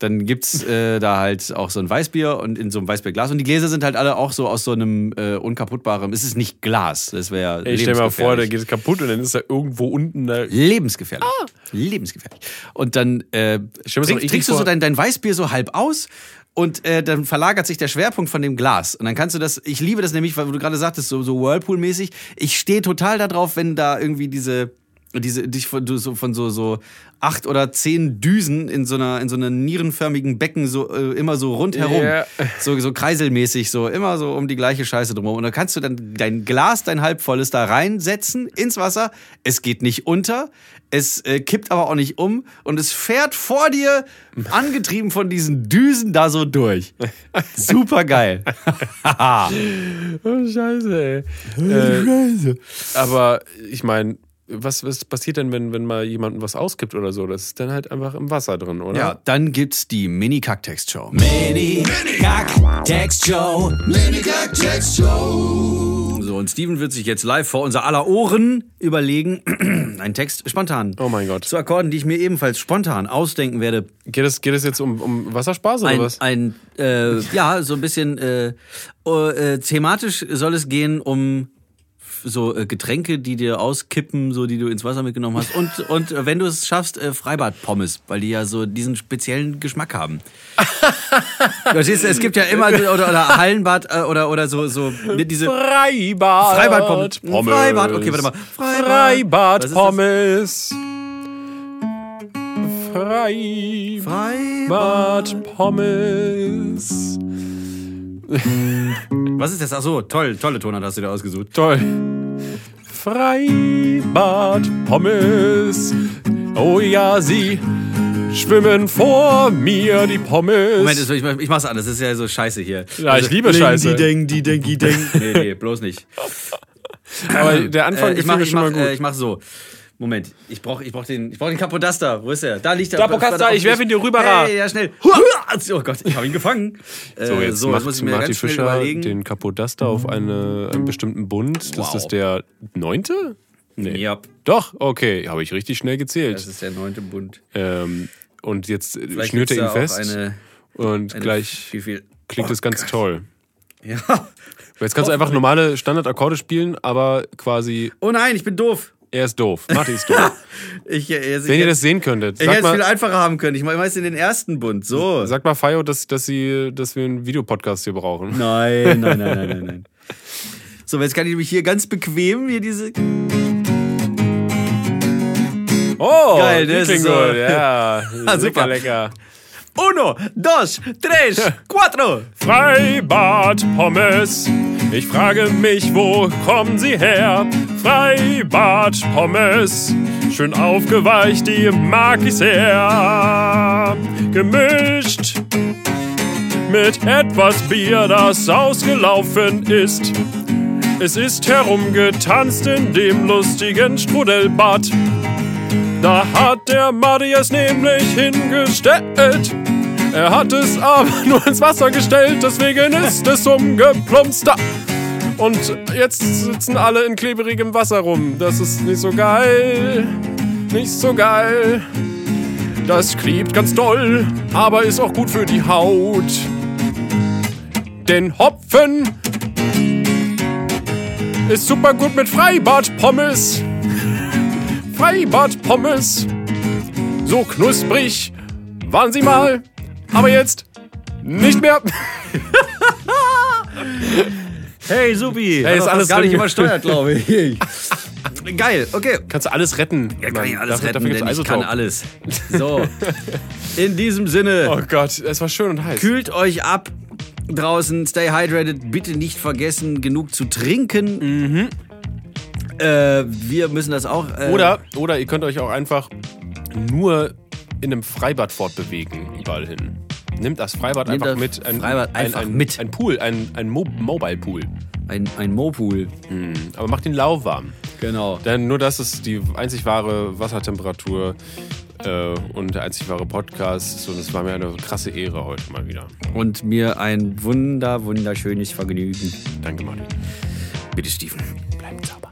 Dann gibt's äh, da halt auch so ein Weißbier und in so einem Weißbierglas. Und die Gläser sind halt alle auch so aus so einem äh, unkaputtbaren. Es ist nicht Glas. Das wäre ja.
Ey, stell dir mal vor, da
lebensgefährlich.
geht es kaputt und dann ist da irgendwo unten da.
Lebensgefährlich. Lebensgefährlich. Und dann äh,
Ah. stell mir das auch
trink,
eklig
trinkst du so
vor.
dein, dein Weißbier so halb aus und äh, dann verlagert sich der Schwerpunkt von dem Glas. Und dann kannst du das, ich liebe das nämlich, weil du gerade sagtest, so, so Whirlpool-mäßig. Ich stehe total darauf, wenn da irgendwie diese diese dich von, du, so, von so so acht oder zehn Düsen in so einer in so einer nierenförmigen Becken so äh, immer so rundherum
Ja.
so so kreiselmäßig so immer so um die gleiche Scheiße drumherum und dann kannst du dann dein Glas dein halbvolles da reinsetzen ins Wasser es geht nicht unter es äh, kippt aber auch nicht um und es fährt vor dir angetrieben von diesen Düsen da so durch super geil
Oh, scheiße,
Oh,
ey. Äh, aber ich meine, was, was passiert denn, wenn, wenn mal jemandem was auskippt oder so? Das ist dann halt einfach im Wasser drin, oder?
ja dann gibt's die Mini Kacktext Show So, und Steven wird sich jetzt live vor unser aller Ohren überlegen, einen Text spontan.
Oh mein Gott.
Zu Akkorden, die ich mir ebenfalls spontan ausdenken werde.
Geht es geht es jetzt um, um Wasserspaß oder
Ein,
was?
ein äh, ja, so ein bisschen äh, oh, äh, thematisch soll es gehen um so äh, Getränke, die dir auskippen, so die du ins Wasser mitgenommen hast. Und, und äh, wenn du es schaffst, äh, Freibad-Pommes, weil die ja so diesen speziellen Geschmack haben. Verstehst du, es gibt ja immer, so- oder, oder Hallenbad äh, oder, oder so, so ne, diese
Freibad.
Freibad-Pommes.
Pommes.
Freibad, okay, warte mal. Freibad. Was
Freibad
ist das?
Pommes. Freibad
Freibad.
Pommes.
Was ist das? Ach so, toll, tolle Tonart hast du dir ausgesucht.
Toll. Freibad Pommes. Oh ja, sie schwimmen vor mir die Pommes.
Moment, ich mach- ich mach's anders, das ist ja so scheiße hier. Also
Ja, ich liebe Scheiße.
Die denk, die denk, die denk. Nee, nee, bloß nicht.
Aber der Anfang
äh, ich
gefiel
mach,
mir
ich
schon
mach,
mal gut.
äh, ich mach so. Moment, ich brauche ich brauch den, ich brauch den Kapodaster. Wo ist er? Da liegt er.
Da, Pokaster, ich werf ihn dir rüber, Ra.
Hey, ja, schnell. Hua! Oh Gott, ich habe ihn gefangen.
So,
Äh,
jetzt macht
muss ich mir
Marty
ganz schnell
Fischer
überlegen.
den Kapodaster auf eine, einen bestimmten Bund. Das
Wow.
ist der neunte? Nee.
Ja,
Doch, okay, habe ich richtig schnell
das
gezählt.
ist der neunte Bund.
Ähm, und jetzt äh,
Also, Vielleicht
schnürt
gibt's
er ihn
da auch
fest
Eine,
und
eine
gleich
Wie viel?
klingt es ganz toll.
Ja.
Jetzt kannst du einfach normale Standardakkorde spielen, aber quasi
Oh nein, ich bin doof.
er ist doof. Marty ist doof.
Ich, äh, jetzt,
Wenn
ich,
ihr das sehen könntet,
ich hätte
sagt
es viel
mal,
einfacher haben können. Ich meine, meist in den ersten Bund. So.
sagt mal Fayo, dass, dass, sie, dass wir einen Videopodcast hier brauchen.
Nein, nein, nein, nein, nein, nein. So, jetzt kann ich mich hier ganz bequem hier diese.
Oh,
Geil,
die
das
klingt
ist so-
gut. Ja,
super.
lecker, lecker.
Uno, dos, tres, cuatro.
Freibad Pommes. Ich frage mich, wo kommen sie her? Freibad Pommes. Schön aufgeweicht, die mag ich sehr. Gemischt mit etwas Bier, das ausgelaufen ist. Es ist herumgetanzt in dem lustigen Strudelbad. Da hat der Marty es nämlich hingestellt. Er hat es aber nur ins Wasser gestellt, deswegen ist es umgeplumpst. Da. Und jetzt sitzen alle in klebrigem Wasser rum. Das ist nicht so geil. Nicht so geil. Das klebt ganz doll, aber ist auch gut für die Haut. Denn Hopfen ist super gut mit Freibad-Pommes. Freibad-Pommes. So knusprig waren sie mal, aber jetzt nicht mehr.
Hey, Supi.
Hey, ist
Hat doch
alles
gar
drin.
nicht übersteuert, glaube ich. Geil, okay.
Kannst du alles retten.
Ja, kann ich alles
dafür,
retten,
dafür gibt's
denn ich
Isotope.
kann alles. So, in diesem Sinne,
Oh Gott, es war schön und heiß.
kühlt euch ab draußen, stay hydrated. Bitte nicht vergessen, genug zu trinken. Äh, wir müssen das auch. Äh,
Oder, oder ihr könnt euch auch einfach nur in einem Freibad fortbewegen, überall hin. Nehmt das Freibad
Nehmt
einfach
das
mit.
Freibad einfach
ein,
mit.
Ein Pool, ein, ein Mo Mobile Pool.
ein, ein Mopool.
Aber macht ihn lauwarm.
Genau.
Denn nur das ist die einzig wahre Wassertemperatur äh, und der einzig wahre Podcast. Und es war mir eine krasse Ehre heute mal wieder.
Und mir ein wunder, wunderschönes Vergnügen.
Danke, Martin.
Bitte, Steven.
Bleibt sauber.